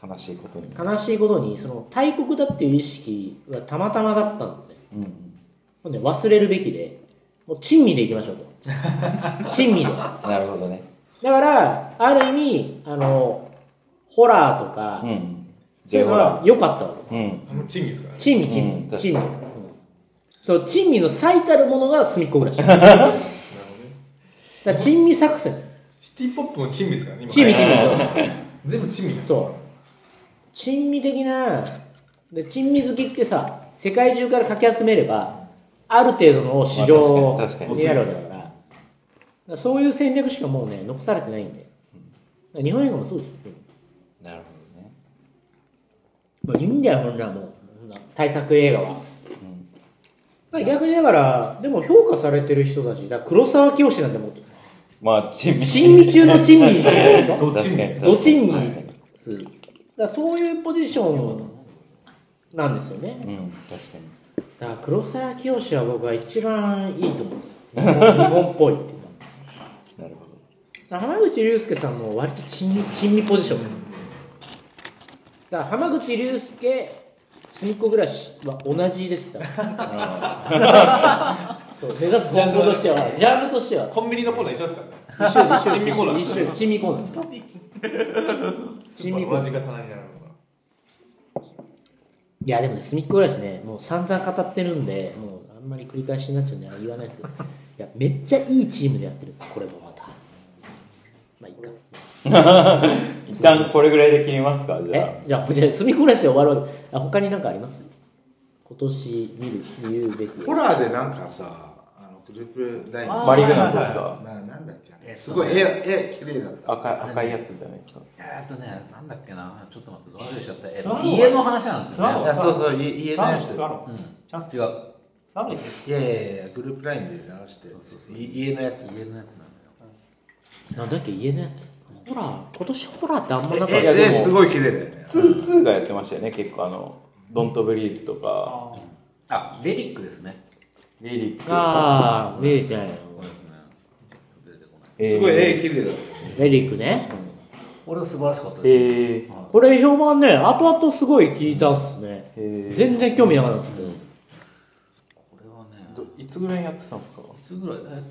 Speaker 4: 悲しいことに。
Speaker 2: 悲しいことにその大国だっていう意識はたまたまだったので、
Speaker 4: うん。
Speaker 2: もうね、忘れるべきでもう珍味でいきましょうと
Speaker 4: <laughs>
Speaker 2: 珍味でだか
Speaker 4: なるほどね。
Speaker 2: らある意味あのホラーとか、
Speaker 4: うん。
Speaker 2: そういうのは良かったわけ
Speaker 4: うん。
Speaker 9: もうチンギスから、ね。
Speaker 2: 珍味珍
Speaker 4: うん確か
Speaker 2: 味
Speaker 4: に
Speaker 2: 珍味、うんそう珍味の最たるものが隅っこ
Speaker 4: <laughs>
Speaker 2: 暮らしだから珍味作戦
Speaker 9: シティポップもチンギスからね。今
Speaker 2: 珍味珍味そう
Speaker 9: 全部チンギだ。
Speaker 2: そう。珍味的な、で珍味好きってさ、世界中からかき集めれば、ある程度の市場
Speaker 4: まあ確かに確かに
Speaker 2: になるわけだから、だからそういう戦略しかもうね、残されてないんで。だから日本映画もそうですよ。
Speaker 4: なるほどね。
Speaker 2: まあいいんだよ、ほんならもう。そんな対策映画は。
Speaker 4: うん。
Speaker 2: まあ逆にだから、でも評価されてる人たち、だから黒沢清なんてもう、
Speaker 4: まあ、チーム。
Speaker 2: 珍味中の珍味ってことでしょ
Speaker 4: どっちに
Speaker 2: どっちに
Speaker 4: 確かに。
Speaker 2: だからそういうポジションなんですよね。
Speaker 4: うん、確かに。
Speaker 2: だから黒沢清は僕は一番いいと思うんですよ日本日本っぽいっていうか
Speaker 4: なるほど。
Speaker 2: だから浜口竜介さんも割と珍味珍味ポジションですだから浜口竜介隅っこ暮らしは同じですからそう目指す方向としてはジャンルとしては
Speaker 9: コンビニのコーナー一緒ですからね。
Speaker 2: 一緒です一緒
Speaker 9: 珍味コーナー
Speaker 2: です一緒です珍味コーナー珍味コーナー
Speaker 9: 味が棚になるのが。
Speaker 2: いやでもね、隅っこ暮らしね、もう散々語ってるんで、もうあんまり繰り返しになっちゃうんで、あんま言わないですけど、いや、めっちゃいいチームでやってるんです、これもまた。まあいいか。
Speaker 4: 一旦これぐらいで切りますか、じゃあ。
Speaker 2: えじゃあ、じゃあ隅っこ暮らしで終わるわけあ他になんかあります今年見る、言うべき。
Speaker 8: ホラーでなんかさ、あのグループライン
Speaker 4: あーマリグナントですか
Speaker 8: ななんだっけあれすごい絵、絵綺麗だった。
Speaker 4: 赤い赤いやつじゃないですか。
Speaker 5: えーっとね、なんだっけな、ちょっと待って、忘れちゃった。えっ
Speaker 6: スワロ
Speaker 5: と、
Speaker 6: ー
Speaker 5: 家の話なんです
Speaker 6: スワ
Speaker 5: よ
Speaker 6: ロ
Speaker 8: い
Speaker 5: ね。
Speaker 8: や、そうそう、い家のやつ。
Speaker 6: スワロー
Speaker 5: うん、
Speaker 6: チャンス
Speaker 5: 違う。
Speaker 6: スワローですよ
Speaker 8: いやいやいや、グループラインで直して
Speaker 5: そうそうそ、う
Speaker 8: い家のやつ。
Speaker 5: 家のやつなんだよ。
Speaker 2: なんだっけ、家のやつ。ホラー、今年ホラーってあんまなかった
Speaker 4: やでも
Speaker 8: え、絵すごい綺麗だよね。
Speaker 4: ツーツーがやってましたよね、結構あの、ドントブリーズとか、
Speaker 6: あ
Speaker 5: あ、レリックですね。
Speaker 4: リリック。
Speaker 2: あー、見えてないな
Speaker 5: そうですね。出てこない。
Speaker 4: えー
Speaker 8: すごい絵綺麗だった。
Speaker 2: レリックね。
Speaker 5: これは素晴らしかった
Speaker 4: え
Speaker 5: です。
Speaker 4: ー
Speaker 2: これ評判ね、後々すごい聞いたっすね。
Speaker 4: えー
Speaker 2: 全然興味なかったっすけど。
Speaker 5: これはね、
Speaker 4: どいつぐらいにやってたんですか
Speaker 5: いつぐらいえ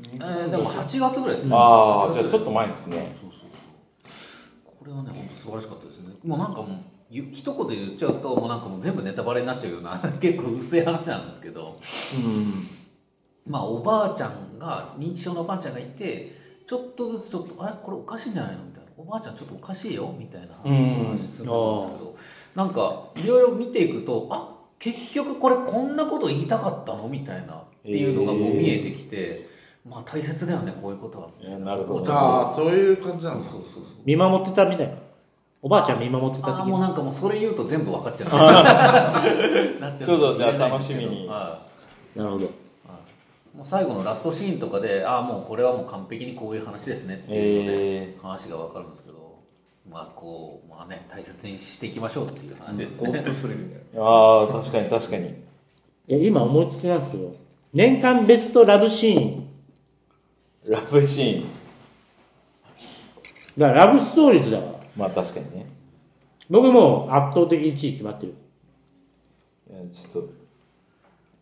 Speaker 5: えーでも8月ぐらいですね。
Speaker 4: あ
Speaker 5: 8
Speaker 4: あ、
Speaker 5: 月
Speaker 4: じゃあちょっと前ですね。
Speaker 5: そうそうそう。これはね、本当素晴らしかったですね。もうなんかもう、ゆ一言で言っちゃうと、もうなんかもう全部ネタバレになっちゃうような、 <laughs> 結構薄い話なんですけど、
Speaker 4: うん。
Speaker 5: まあ、おばあちゃんが、認知症のおばあちゃんがいて、ちょっとずつちょっと、あれこれおかしいんじゃないのみたいな。おばあちゃんちょっとおかしいよみたいな話をするんですけど、なんか、いろいろ見ていくと、あ結局これこんなこと言いたかったのみたいな、っていうのがもう見えてきて、まあ大切だよね、こういうことは。
Speaker 4: いやなるほど。
Speaker 8: ああ、そういう感じな
Speaker 5: そ
Speaker 8: ん
Speaker 5: う
Speaker 8: です
Speaker 5: そ
Speaker 8: よ
Speaker 5: うそうそう。
Speaker 2: 見守ってたみたいなおばあちゃん見守ってた
Speaker 5: ああ
Speaker 2: 的
Speaker 5: もう
Speaker 2: な
Speaker 5: なんかもうそれ言うと全部分かっちゃう <laughs> なっちゃ
Speaker 4: どうぞじゃあ
Speaker 5: 言えないんですけど
Speaker 4: 楽しみに
Speaker 5: は
Speaker 2: なるほど
Speaker 5: いはいもう最後のラストシーンとかでああもうこれはもう完璧にこういう話ですねっていうので、
Speaker 4: え
Speaker 5: 話が分かるんですけどまあこうまあね大切にしていきましょうっていう話です
Speaker 9: ゴ
Speaker 5: ね
Speaker 9: ーストストリートみたいな。
Speaker 4: ー、ああ、確かに確かに。
Speaker 2: え今思いつきなんですけど年間ベストラブシーン
Speaker 4: ラブシーン。
Speaker 2: だからラブストーリーズだから
Speaker 4: まあ確かにね。
Speaker 2: 僕もう圧倒的1位決まってる
Speaker 4: いやちょっと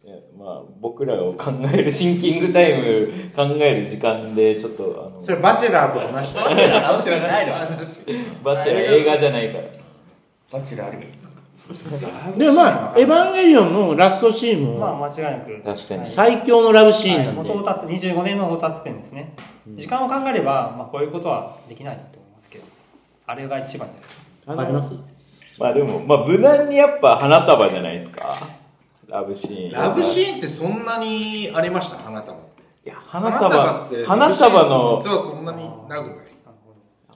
Speaker 4: いやまあ僕らを考えるシンキングタイ
Speaker 8: <laughs>
Speaker 4: ム考える時間でちょっとあの
Speaker 8: それ、バチェラーと同じだ。
Speaker 5: ラブシーンないの
Speaker 4: バチェラー映画じゃないから
Speaker 7: バッチリあるよ。
Speaker 2: でまあエヴァンゲリオンのラストシーン
Speaker 6: ーま
Speaker 2: も
Speaker 6: あ間違いなく
Speaker 4: 確かに
Speaker 6: はい
Speaker 2: 最強のラブシーン
Speaker 6: は
Speaker 2: ないん
Speaker 6: もう到
Speaker 2: で
Speaker 6: 達25年の到達点ですね、時間を考えれば、まあ、こういうことはできないと思いますけどあれが一番じゃないですか
Speaker 2: あります
Speaker 4: まあでもまあ無難にやっぱ花束じゃないですかラブシーン
Speaker 8: ラブシ
Speaker 4: ン
Speaker 8: ーンってそんなにありました花束っ
Speaker 4: い
Speaker 8: て。
Speaker 4: や花束
Speaker 8: って
Speaker 4: 花束
Speaker 8: ラブシーン
Speaker 4: の
Speaker 8: 実はそんなになくない。
Speaker 6: あの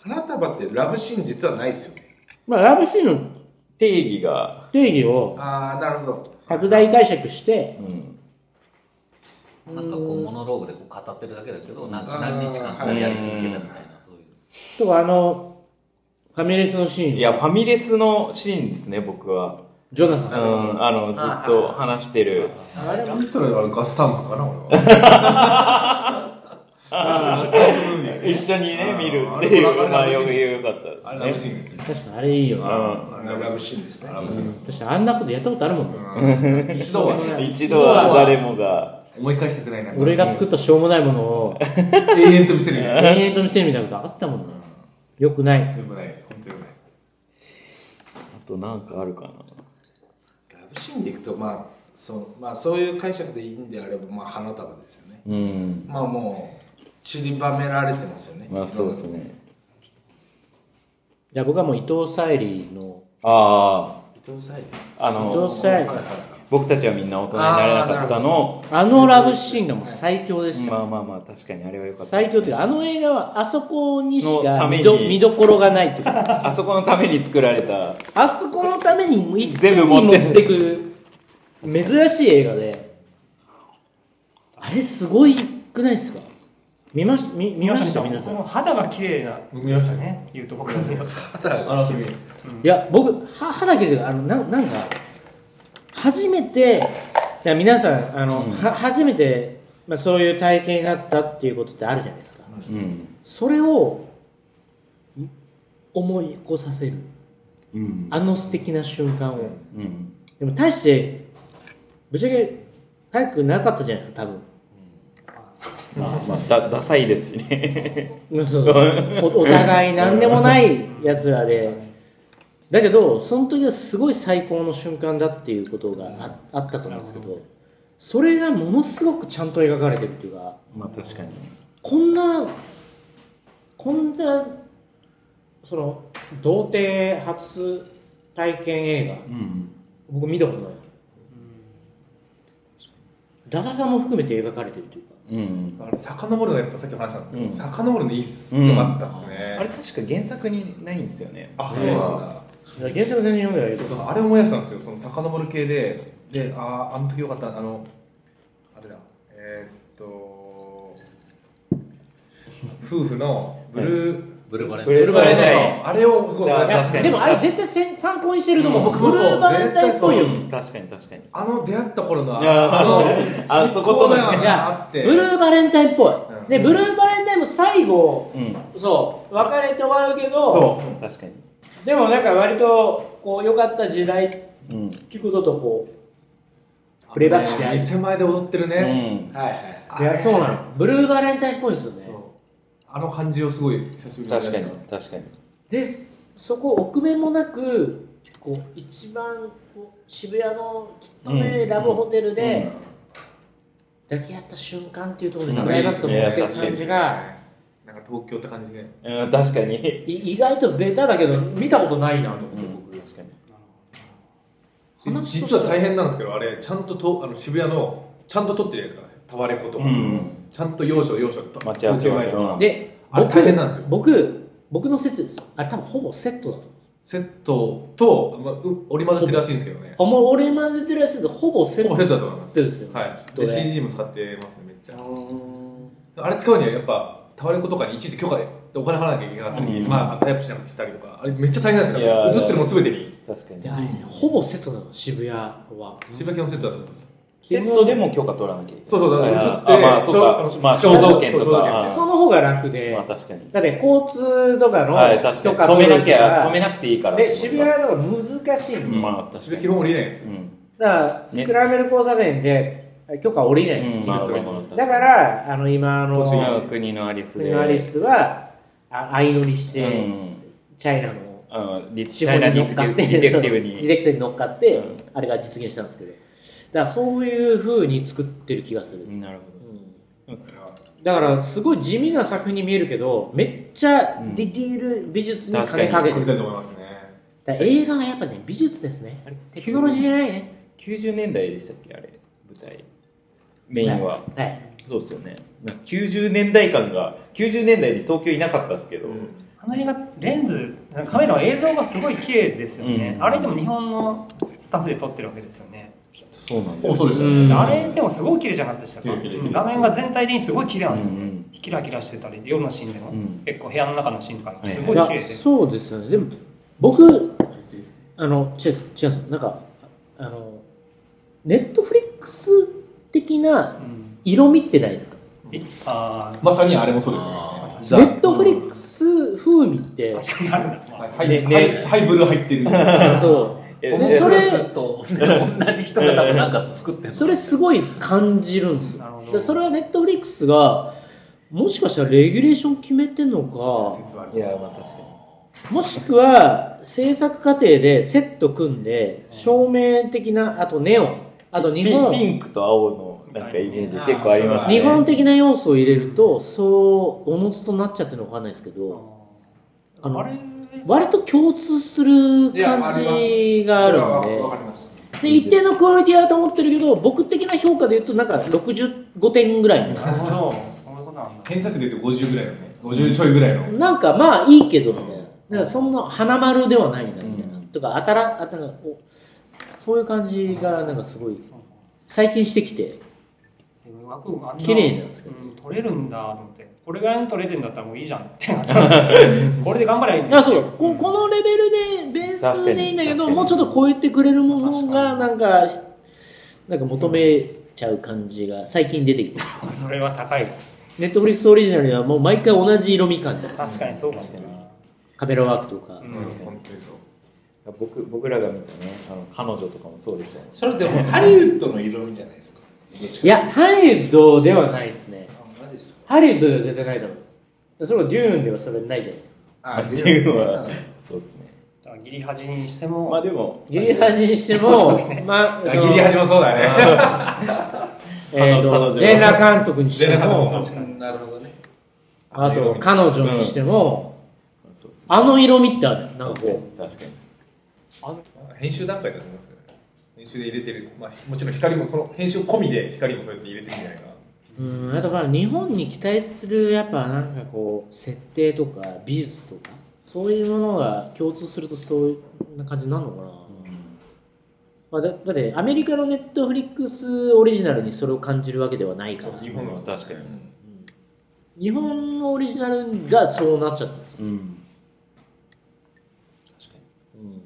Speaker 8: 花束ってラブシーン実はないですよね。
Speaker 2: まあ、ラブシーンの
Speaker 4: 定義が、
Speaker 2: 定義を
Speaker 8: ああ、なるほど。
Speaker 2: 拡大解釈して、
Speaker 4: うん、
Speaker 5: <laughs> なんかこうモノローグでこう語ってるだけだけどなんか何日間かやり続けたみたいなそういう
Speaker 2: とか、あの、ファミレスのシーン。
Speaker 4: いや、ファミレスのシーンですね、僕は。
Speaker 2: ジョナ
Speaker 4: う
Speaker 2: サンがね。
Speaker 4: ん、あの、ずっと話してる。
Speaker 9: あれも見たらガスタンクかな、俺は。
Speaker 2: あ
Speaker 4: 一緒にね、見るってい
Speaker 9: あれ
Speaker 4: う、まあ、
Speaker 9: あれ
Speaker 4: よく言うかった
Speaker 9: あ
Speaker 4: で
Speaker 9: れ楽
Speaker 4: す
Speaker 9: し
Speaker 4: ね。
Speaker 9: いですね
Speaker 2: あ、。確かにあれいいよ
Speaker 4: う
Speaker 2: な。
Speaker 8: ラブシーンですね。
Speaker 2: 確かにあんなことやったことあるもんね。
Speaker 9: うん一度はね、
Speaker 4: ん。一度は誰もが、
Speaker 9: 思い返したくないな。
Speaker 2: 俺が作ったしょうもないものを
Speaker 9: 永遠と見せるよ。
Speaker 2: 延々と見せるみたいなことあったもんね。よくない。
Speaker 9: でもないです、本当にない。
Speaker 4: あとなんかあるかな。
Speaker 8: ラブシーンでいくと、まあ、そう、まあ、そういう解釈でいいんであれば、まあ、花束ですよね。
Speaker 4: うん。
Speaker 8: まあ、もう、散りばめられてますよね。
Speaker 4: まあ、そうですね。
Speaker 2: じゃあ僕はもう伊藤沙莉の、
Speaker 4: あ
Speaker 8: 伊藤沙莉。
Speaker 4: あ、あ
Speaker 2: 伊
Speaker 4: の
Speaker 2: 藤、沙莉、
Speaker 4: 僕たちはみんな大人になれなかったの、
Speaker 2: あのラブシーンがもう最強でした
Speaker 4: まあ
Speaker 2: よ。
Speaker 4: まあまあ、確かにあれは良かったで
Speaker 2: 最
Speaker 4: す
Speaker 2: 強
Speaker 4: ね。
Speaker 2: というか、あの映画はあそこにし
Speaker 4: の
Speaker 2: か
Speaker 4: た
Speaker 2: 見
Speaker 4: めに
Speaker 2: ど見どころがないというか、 <laughs>
Speaker 4: あそこのために作られた。
Speaker 2: あそこのためにもう一点
Speaker 4: 全
Speaker 2: に
Speaker 4: 部
Speaker 2: 持
Speaker 4: 持ってる
Speaker 2: ってく、珍しい映画で、あれすごいくないですか見まし見見ました皆さん。
Speaker 6: も
Speaker 2: いう
Speaker 6: 肌が綺麗な、
Speaker 9: 見ましたね。
Speaker 6: ね、言うと僕はね
Speaker 9: あの君。
Speaker 2: や、僕、は肌切れが、あの、ななんか、初めて、いや皆さん、あの、
Speaker 4: うん
Speaker 2: は初めて、まあ、そういう体型になったっていうことってあるじゃないですか。
Speaker 4: うん。
Speaker 2: それをん思い起こさせる
Speaker 4: うん。
Speaker 2: あの素敵な瞬間を
Speaker 4: うん。
Speaker 2: でも大してぶっちゃけ体育なかったじゃないですか多分
Speaker 4: まあ、まあ、だ、ダサいですしね。
Speaker 2: うんそうおお互い何でもないやつらでだけどその時はすごい最高の瞬間だっていうことがああったと思うんですけどそれがものすごくちゃんと描かれてるっていうか
Speaker 4: まあ、確かに。
Speaker 2: こんなこんなその童貞初体験映画
Speaker 4: うん。
Speaker 2: 僕見たことない、ダサさも含めて描かれてるというか
Speaker 4: うん。
Speaker 9: あれ、遡るのやっぱさっき話したんですけど、
Speaker 4: うん
Speaker 9: 遡るのいいっす。
Speaker 4: うん
Speaker 9: よかったっすね。
Speaker 4: あれ確か原作にないんですよね。
Speaker 9: あ、そうなんだ。
Speaker 2: 原作全然読めないけ
Speaker 9: そう
Speaker 2: ど
Speaker 9: そうあれ思い出したんですよ、その遡る系で、で、ああ、あの時よかった、あの、あれだ、えー、っと、夫婦のブルー、
Speaker 5: ブルーバレン
Speaker 4: ブルーバレンタイン
Speaker 9: そうそうあれをすごい思い出
Speaker 4: 確
Speaker 9: し
Speaker 4: か
Speaker 9: た
Speaker 4: に
Speaker 2: でもあれ絶対せん参考にしてると思う、
Speaker 9: うん僕も
Speaker 2: ブ
Speaker 9: そう
Speaker 2: ルーバレンタインっぽいよ
Speaker 4: うん確かに確かに。
Speaker 9: あの出会った頃の、
Speaker 4: いやー
Speaker 9: あの、
Speaker 4: あそことの
Speaker 9: 最高だよ
Speaker 2: い
Speaker 9: な
Speaker 2: や
Speaker 9: っ
Speaker 2: ブ
Speaker 9: て、
Speaker 2: ルーバレンタインっぽい、
Speaker 9: うん
Speaker 2: でブルーバレンタインも最後
Speaker 4: うん。
Speaker 2: そう別れて終わるけど
Speaker 4: そう。確かに。
Speaker 2: でもなんか割とこう良かった時代っ
Speaker 4: うん。
Speaker 2: ていうこととこうプレイバックしてある
Speaker 9: 店前で踊ってる
Speaker 4: う
Speaker 9: ね、
Speaker 4: ん。
Speaker 8: はいは
Speaker 2: い
Speaker 8: い。
Speaker 2: やそうなのブルーバレンタインっぽいんですよね
Speaker 9: あの感じをすごい久しぶりに思
Speaker 4: 確
Speaker 9: い出
Speaker 4: か
Speaker 9: した
Speaker 4: に。確かに。
Speaker 2: でそこ臆面もなくこう一番こう渋谷のきっとね、
Speaker 4: うん
Speaker 2: ラブホテルで抱き合った瞬間っていうところで
Speaker 4: うん
Speaker 2: クライマックスを持って
Speaker 4: い
Speaker 2: る
Speaker 4: や確かに
Speaker 2: 感じが
Speaker 9: なんか東京って感じで、
Speaker 4: うん、確かに。
Speaker 2: い意外とベタだけど見たことないなと思って、
Speaker 4: うん、確かに。
Speaker 2: 話として
Speaker 9: 実は大変なんですけど、あれ、ちゃんととあの渋谷の、ちゃんと撮ってるじゃないですか、タワレコとか、
Speaker 4: うん
Speaker 9: ちゃんと要所要所と、
Speaker 4: 待ち合わせ場所
Speaker 9: 店前とか
Speaker 2: で
Speaker 9: あれ
Speaker 2: 僕
Speaker 9: 大変なんですよ
Speaker 2: 僕僕の説ですよあれ多分ほぼセットだと
Speaker 9: セットと、まあ、う折り混ぜてるらしいんですけどね。
Speaker 2: 思うもう俺混ぜてるやつでほぼセッ
Speaker 9: ほぼ
Speaker 2: ト
Speaker 9: セットだと思います。
Speaker 2: ですよね
Speaker 9: は
Speaker 2: きっ
Speaker 9: い。
Speaker 2: と
Speaker 9: で、
Speaker 2: ね
Speaker 9: CG も使ってますね、めっちゃ。あれ使うには、やっぱ、タワレコとかにいちいち許可でお金払わなきゃいけなかったり、
Speaker 4: うん
Speaker 9: まあ、タイアップしなくしたりとか、あれめっちゃ大変なんですよ
Speaker 4: いや。ー
Speaker 9: 映ってるもの全てに。
Speaker 4: 確かに
Speaker 2: で。あれねほぼセットなの渋谷は
Speaker 9: 渋谷系のセットだと思います。
Speaker 4: セットでも許可取らなきゃいけない。
Speaker 9: そうそう、だから映って、
Speaker 4: あまあ、そう
Speaker 9: あ
Speaker 4: か
Speaker 9: の。
Speaker 4: まあ、肖像権と
Speaker 9: 肖像権
Speaker 4: か。
Speaker 2: その方が楽で、
Speaker 4: まあ、確かに。
Speaker 2: だって交通とかの
Speaker 4: はい、確か
Speaker 2: 許
Speaker 4: に。
Speaker 2: 可
Speaker 4: 止
Speaker 2: 取
Speaker 4: め
Speaker 2: る
Speaker 4: なきゃ、止め
Speaker 2: な
Speaker 4: なくていいから。
Speaker 2: で渋谷だから難しいんで、
Speaker 4: まあ、確か
Speaker 9: 渋谷
Speaker 4: に。
Speaker 9: 基本降りれないんですよ。
Speaker 4: うん。
Speaker 2: だから
Speaker 4: ね
Speaker 2: スクランブル交差点で許可下りないんですよ、
Speaker 4: うんまあまあまあ
Speaker 2: だからあの今あの
Speaker 4: 違う国のアリスで。
Speaker 2: 国のアリスはあ相乗りして、
Speaker 4: うん。
Speaker 2: チャイナの
Speaker 4: うん。リ
Speaker 2: 手
Speaker 4: チ
Speaker 2: 法
Speaker 4: ャイナ
Speaker 2: に
Speaker 4: デ
Speaker 2: 乗
Speaker 4: ィ
Speaker 2: っ
Speaker 4: テ
Speaker 2: か
Speaker 4: ク
Speaker 2: って
Speaker 4: ディテクテ
Speaker 2: そ
Speaker 4: ィブ
Speaker 2: うディ
Speaker 4: に。
Speaker 2: テクティブに乗っかって、
Speaker 4: うん
Speaker 2: あれが実現したんですけどだからそういうふうに作ってる気がする、
Speaker 4: なるほ
Speaker 2: うん
Speaker 4: ど。それは
Speaker 2: だからすごい地味な作品に見えるけどめっちゃ
Speaker 4: うん
Speaker 2: ディティール美術に
Speaker 4: 確か
Speaker 2: 金
Speaker 4: に
Speaker 2: かけ
Speaker 9: か
Speaker 2: てる
Speaker 9: けたいと思いますね。
Speaker 2: だから映画はやっぱね美術ですねテクノロジーじゃないね
Speaker 4: 90年代でしたっけあれ舞台メインは、
Speaker 2: はい
Speaker 4: そうですよねなんか90年代感が90年代に東京いなかったですけど、
Speaker 9: うん
Speaker 6: あの映画レンズカメラの映像がすごい綺麗ですよね、
Speaker 4: うん
Speaker 6: あれでも日本のスタッフで撮ってるわけですよね、
Speaker 4: そうなんだ
Speaker 3: おそうですよ
Speaker 9: うん
Speaker 3: ね。
Speaker 6: あれでもすごい綺麗じゃなかったでしたか、
Speaker 3: 綺麗綺麗綺麗
Speaker 6: 画面が全体的にすごい綺麗なんですよね、
Speaker 4: うんうん
Speaker 6: キラキラしてたり夜のシーンでも、
Speaker 4: うん
Speaker 6: 結構部屋の中のシーンとかもす
Speaker 2: い
Speaker 6: ごい
Speaker 2: や
Speaker 6: 綺麗で、
Speaker 2: そうですよね。でも、僕、あの、違う、違うんですよ。なんか、あの、ネットフリックス的な
Speaker 6: うん
Speaker 2: 色味ってないですか
Speaker 6: えあー
Speaker 3: まさにあれもそうですね。
Speaker 5: あ
Speaker 2: ネットフリックス風味って、
Speaker 6: 確かにあるんだ、まあ
Speaker 3: はい、はい、ハイブルー入ってる。
Speaker 2: そ
Speaker 4: え
Speaker 5: この
Speaker 2: え
Speaker 5: プ
Speaker 2: それ
Speaker 5: ロスと同じ人が多分なんか作ってる
Speaker 2: う。それすごい感じるんです
Speaker 6: なる
Speaker 2: よ
Speaker 6: ほ。ど
Speaker 2: でそれはネットフリックスが、もしかしたらレギュレーション決めてんのか、
Speaker 3: 説はあ
Speaker 4: い
Speaker 3: る
Speaker 4: やまあ確かに
Speaker 2: もしくは制作過程でセット組んで、照明的な、あとネオン、あと日本。
Speaker 4: ピンピンクと青のなんかイメージ結構ありますね
Speaker 2: 日本的な要素を入れるとそうおのずとなっちゃってるのかわかんないですけどあの
Speaker 6: あれ
Speaker 2: 割と共通す
Speaker 7: い
Speaker 2: る
Speaker 7: や
Speaker 2: 感じがあるの
Speaker 7: わかります。
Speaker 2: でで一定のクオリティだと思ってるけど僕的な評価で言うとなんか65点ぐらい
Speaker 6: なるほどそういうことなんだ
Speaker 3: 偏差値で言うと50ぐらいのね。50ちょいぐらいの。
Speaker 2: のなんかまあいいけどみたいなだからそんな花丸ではないなみたいな、とかあたらあたらおそういう感じがなんかすごい
Speaker 6: そう
Speaker 2: 最近してきて
Speaker 6: でも枠があんな
Speaker 2: 綺麗なんですけど
Speaker 6: うん、取れるんだと思ってこれぐらいの取れてんだったらもういいじゃんって
Speaker 2: <laughs>
Speaker 6: これで頑張りゃいいん
Speaker 2: い
Speaker 6: だ
Speaker 2: や
Speaker 6: よ
Speaker 2: そうここのレベルでベースでいいんだけ
Speaker 4: 確か
Speaker 2: ど
Speaker 4: に
Speaker 2: もうちょっと超えてくれるものが
Speaker 6: 確
Speaker 2: なんかなんか求めちゃう感じが最近出てきて
Speaker 6: それは高いです
Speaker 2: ネットフリックスオリジナルではもう毎回同じ色味感じです
Speaker 6: 確かにそうかもしれない
Speaker 2: カメラワークとか、
Speaker 6: うん
Speaker 7: 本当にそう。
Speaker 4: 僕僕らが見たねあの彼女とかもそうでしたね
Speaker 8: それでもハリウッドの色味じゃないですか。どっち
Speaker 2: い
Speaker 8: か
Speaker 2: やハリウッドではないですね
Speaker 8: あマジですか
Speaker 2: ハリウッドでは絶対ないだろうそれはデューンではそれないじゃないですか
Speaker 8: あ
Speaker 4: っていうのはそうですね
Speaker 6: だからギリ端にしても、
Speaker 4: まあでも
Speaker 2: ギリハジにしても、まあ、
Speaker 9: ギリ始もそうだね。
Speaker 2: そのえっ、
Speaker 4: 彼女
Speaker 2: と、全裸監督にして
Speaker 9: 全裸監
Speaker 2: も、
Speaker 9: 督
Speaker 8: うんなるほどね。
Speaker 2: あと、彼女にしても、
Speaker 4: そうですね
Speaker 2: あの色味ってある。なんか
Speaker 4: 確か
Speaker 2: こ
Speaker 4: に確かに
Speaker 9: 編集段階だと思いますけどね編集で入れてる、まあ、もちろん光もその編集込みで光もそうやって入れてるんじゃないかな
Speaker 2: う、うん、あとまあ日本に期待する、やっぱなんかこう、設定とか美術とか、そういうものが共通するとそういう感じになるのかな。まあ、だだってアメリカのネットフリックスオリジナルにそれを感じるわけではないから
Speaker 9: 日本の
Speaker 4: 確かに
Speaker 2: うん日本のオリジナルがそうなっちゃったんですよ、
Speaker 4: うん
Speaker 2: うん、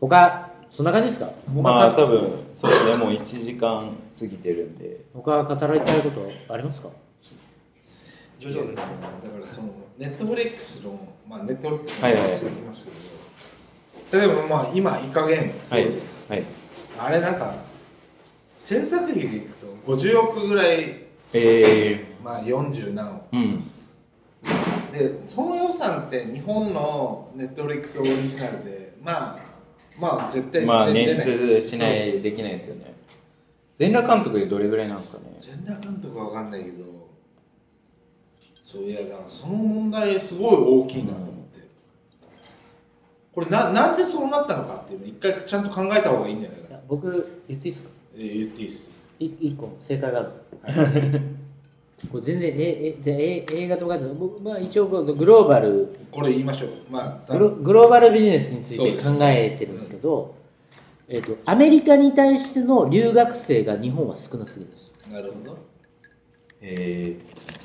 Speaker 2: 他そんな感じですか他,、
Speaker 4: まあ多分そうですねもう1時間過ぎてるんで
Speaker 2: 他語りたいことありますか
Speaker 6: 徐々です
Speaker 8: だからそのネットフリックスの、まあネットフリックスの
Speaker 4: はいはいはい
Speaker 8: 話してきましたけど、例えばまあ今イカゲームすご
Speaker 4: はいい
Speaker 8: じゃないですか
Speaker 4: はい
Speaker 8: あれなんか制作費でいくと50億ぐらい、
Speaker 4: え
Speaker 8: まあ40何億
Speaker 4: ー、うん
Speaker 8: でその予算って日本のネットフリックスオリジナルでまあまあ絶対
Speaker 4: まあ
Speaker 8: 出
Speaker 4: 捻
Speaker 8: 出
Speaker 4: 出しないできないですよね全裸監督でどれぐらいなんですかね
Speaker 8: 全裸監督はわかんないけどそういやだからその問題すごい大きいなと思って、これななんでそうなったのかっていうの一回ちゃんと考えた方がいいんじゃないかな、
Speaker 2: 僕言っていいですか
Speaker 8: えー言っていいっす
Speaker 2: い一個正解があるん <laughs> ですこれ全然ええじゃあえ映画とかだと僕まあ、一応こうグローバル
Speaker 8: これ言いましょうまあ
Speaker 2: グログローバルビジネスについ
Speaker 8: そう
Speaker 2: て
Speaker 8: です
Speaker 2: 考えてるんですけどえっとアメリカに対しての留学生が日本は少なすぎるんです
Speaker 8: なるほど、
Speaker 4: え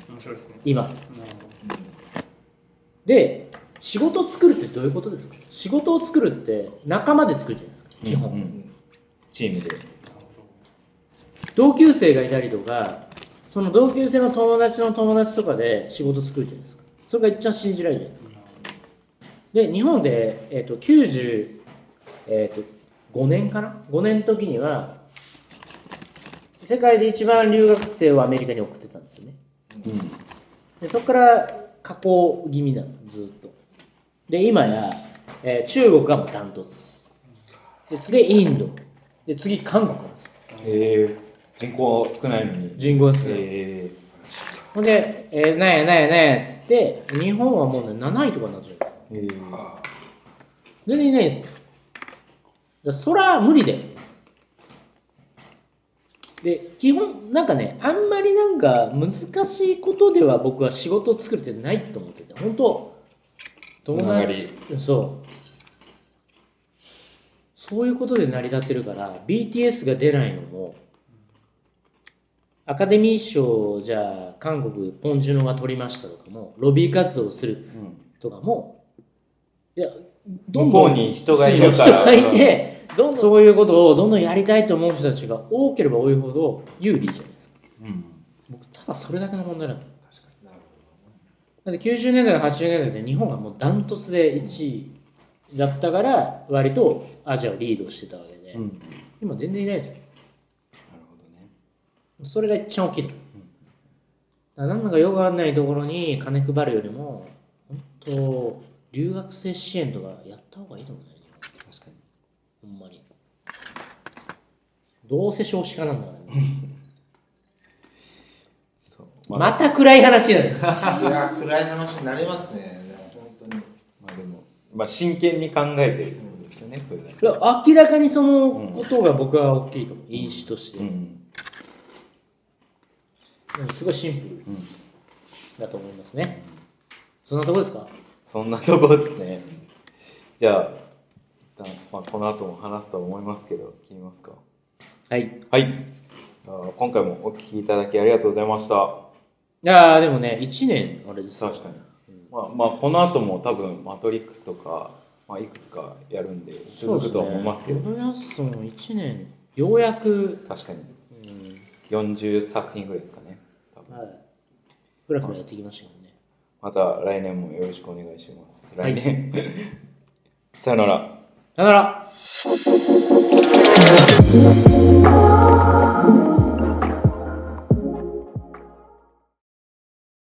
Speaker 6: 面白いですね。
Speaker 2: 今
Speaker 6: なるほど
Speaker 8: うん
Speaker 2: で仕事を作るってどういうことですか仕事を作るって仲間で作るじゃないですか
Speaker 4: ー、
Speaker 2: 基本、
Speaker 4: うんうんチームで
Speaker 6: なるほ
Speaker 2: 同級生がいたりとかその同級生の友達の友達とかで仕事作るじゃないですかそれが一番信じられるじゃないですか
Speaker 6: どな
Speaker 2: で
Speaker 6: る
Speaker 2: 日本で、えー、と95、えーと、5年かな5年の時には世界で一番留学生をアメリカに送ってたんですよね
Speaker 4: うん
Speaker 2: でそこから下降気味なんですずっとで今や、えー中国がもうダントツで次インドで次韓国なんですよ
Speaker 4: えー、人口は少ないのに
Speaker 2: 人口ですね、
Speaker 4: え
Speaker 2: ほんで、えー、なんやなんやなんやっつって日本はもうね7位とかになっちゃう
Speaker 4: ー、えー、
Speaker 2: 全然いないですよ。だからそら無理だよ。で、基本、なんかね、あんまりなんか難しいことでは僕は仕事を作るってないと思ってて、本当友達、そう。そういうことで成り立ってるから、BTS が出ないのも、アカデミー賞、じゃあ、韓国、ポンジュノが取りましたとかも、ロビー活動をするとかも、いや、どんど
Speaker 4: 向こ
Speaker 2: ん
Speaker 4: うに人がいるから。
Speaker 2: そう人がいて、どんどんそういうことをどんどんやりたいと思う人たちが多ければ多いほど有利じゃないですか。
Speaker 4: うん
Speaker 2: 僕、ただそれだけの問題なの。確かに。だって90年代、80年代で日本がもうダントツで1位だったから、割とアジアをリードしてたわけで、
Speaker 4: うん
Speaker 2: 今全然いないですよ。
Speaker 4: なるほどね。
Speaker 2: それが一番大きいの。だからなんだかよくわかんないところに金配るよりも、本当留学生支援とかやった方がいいと思うね。
Speaker 4: 確か
Speaker 2: ほんまに。どうせ少子化なんだから、
Speaker 4: に。そう。まあ、
Speaker 2: また暗い話
Speaker 4: <laughs>
Speaker 2: だね。
Speaker 8: いや、暗い話になりますね。でも本当に。
Speaker 4: まあでも、まあ真剣に考えてるってことですよね、それだけ。
Speaker 2: 明らかにそのことが僕は大きいと思う。因子として。
Speaker 4: うん。
Speaker 2: うんすごいシンプ
Speaker 4: うん。
Speaker 2: ルだと思いますね。そんなとこですか
Speaker 4: そんなとこですね。じゃあ、一旦まあ、この後も話すと思いますけど、聞きますか。
Speaker 2: はい。
Speaker 4: はい。あー今回もお聞きいただきありがとうございました。
Speaker 2: いやーでもね、1年、あれですよ
Speaker 4: 確かに。まあ、まあ、この後も多分、マトリックスとか、まあ、いくつかやるんで、続くとは思いますけど、
Speaker 2: そうですねロブ・ヤッソン1年、ようやく、
Speaker 4: 確かに。
Speaker 2: うん、
Speaker 4: 40作品ぐらいですかね。多分
Speaker 2: はい。ふらふらやってきましたけどね。
Speaker 4: また来年もよろしくお願いします。来年。 <laughs> さよなら。
Speaker 2: さよなら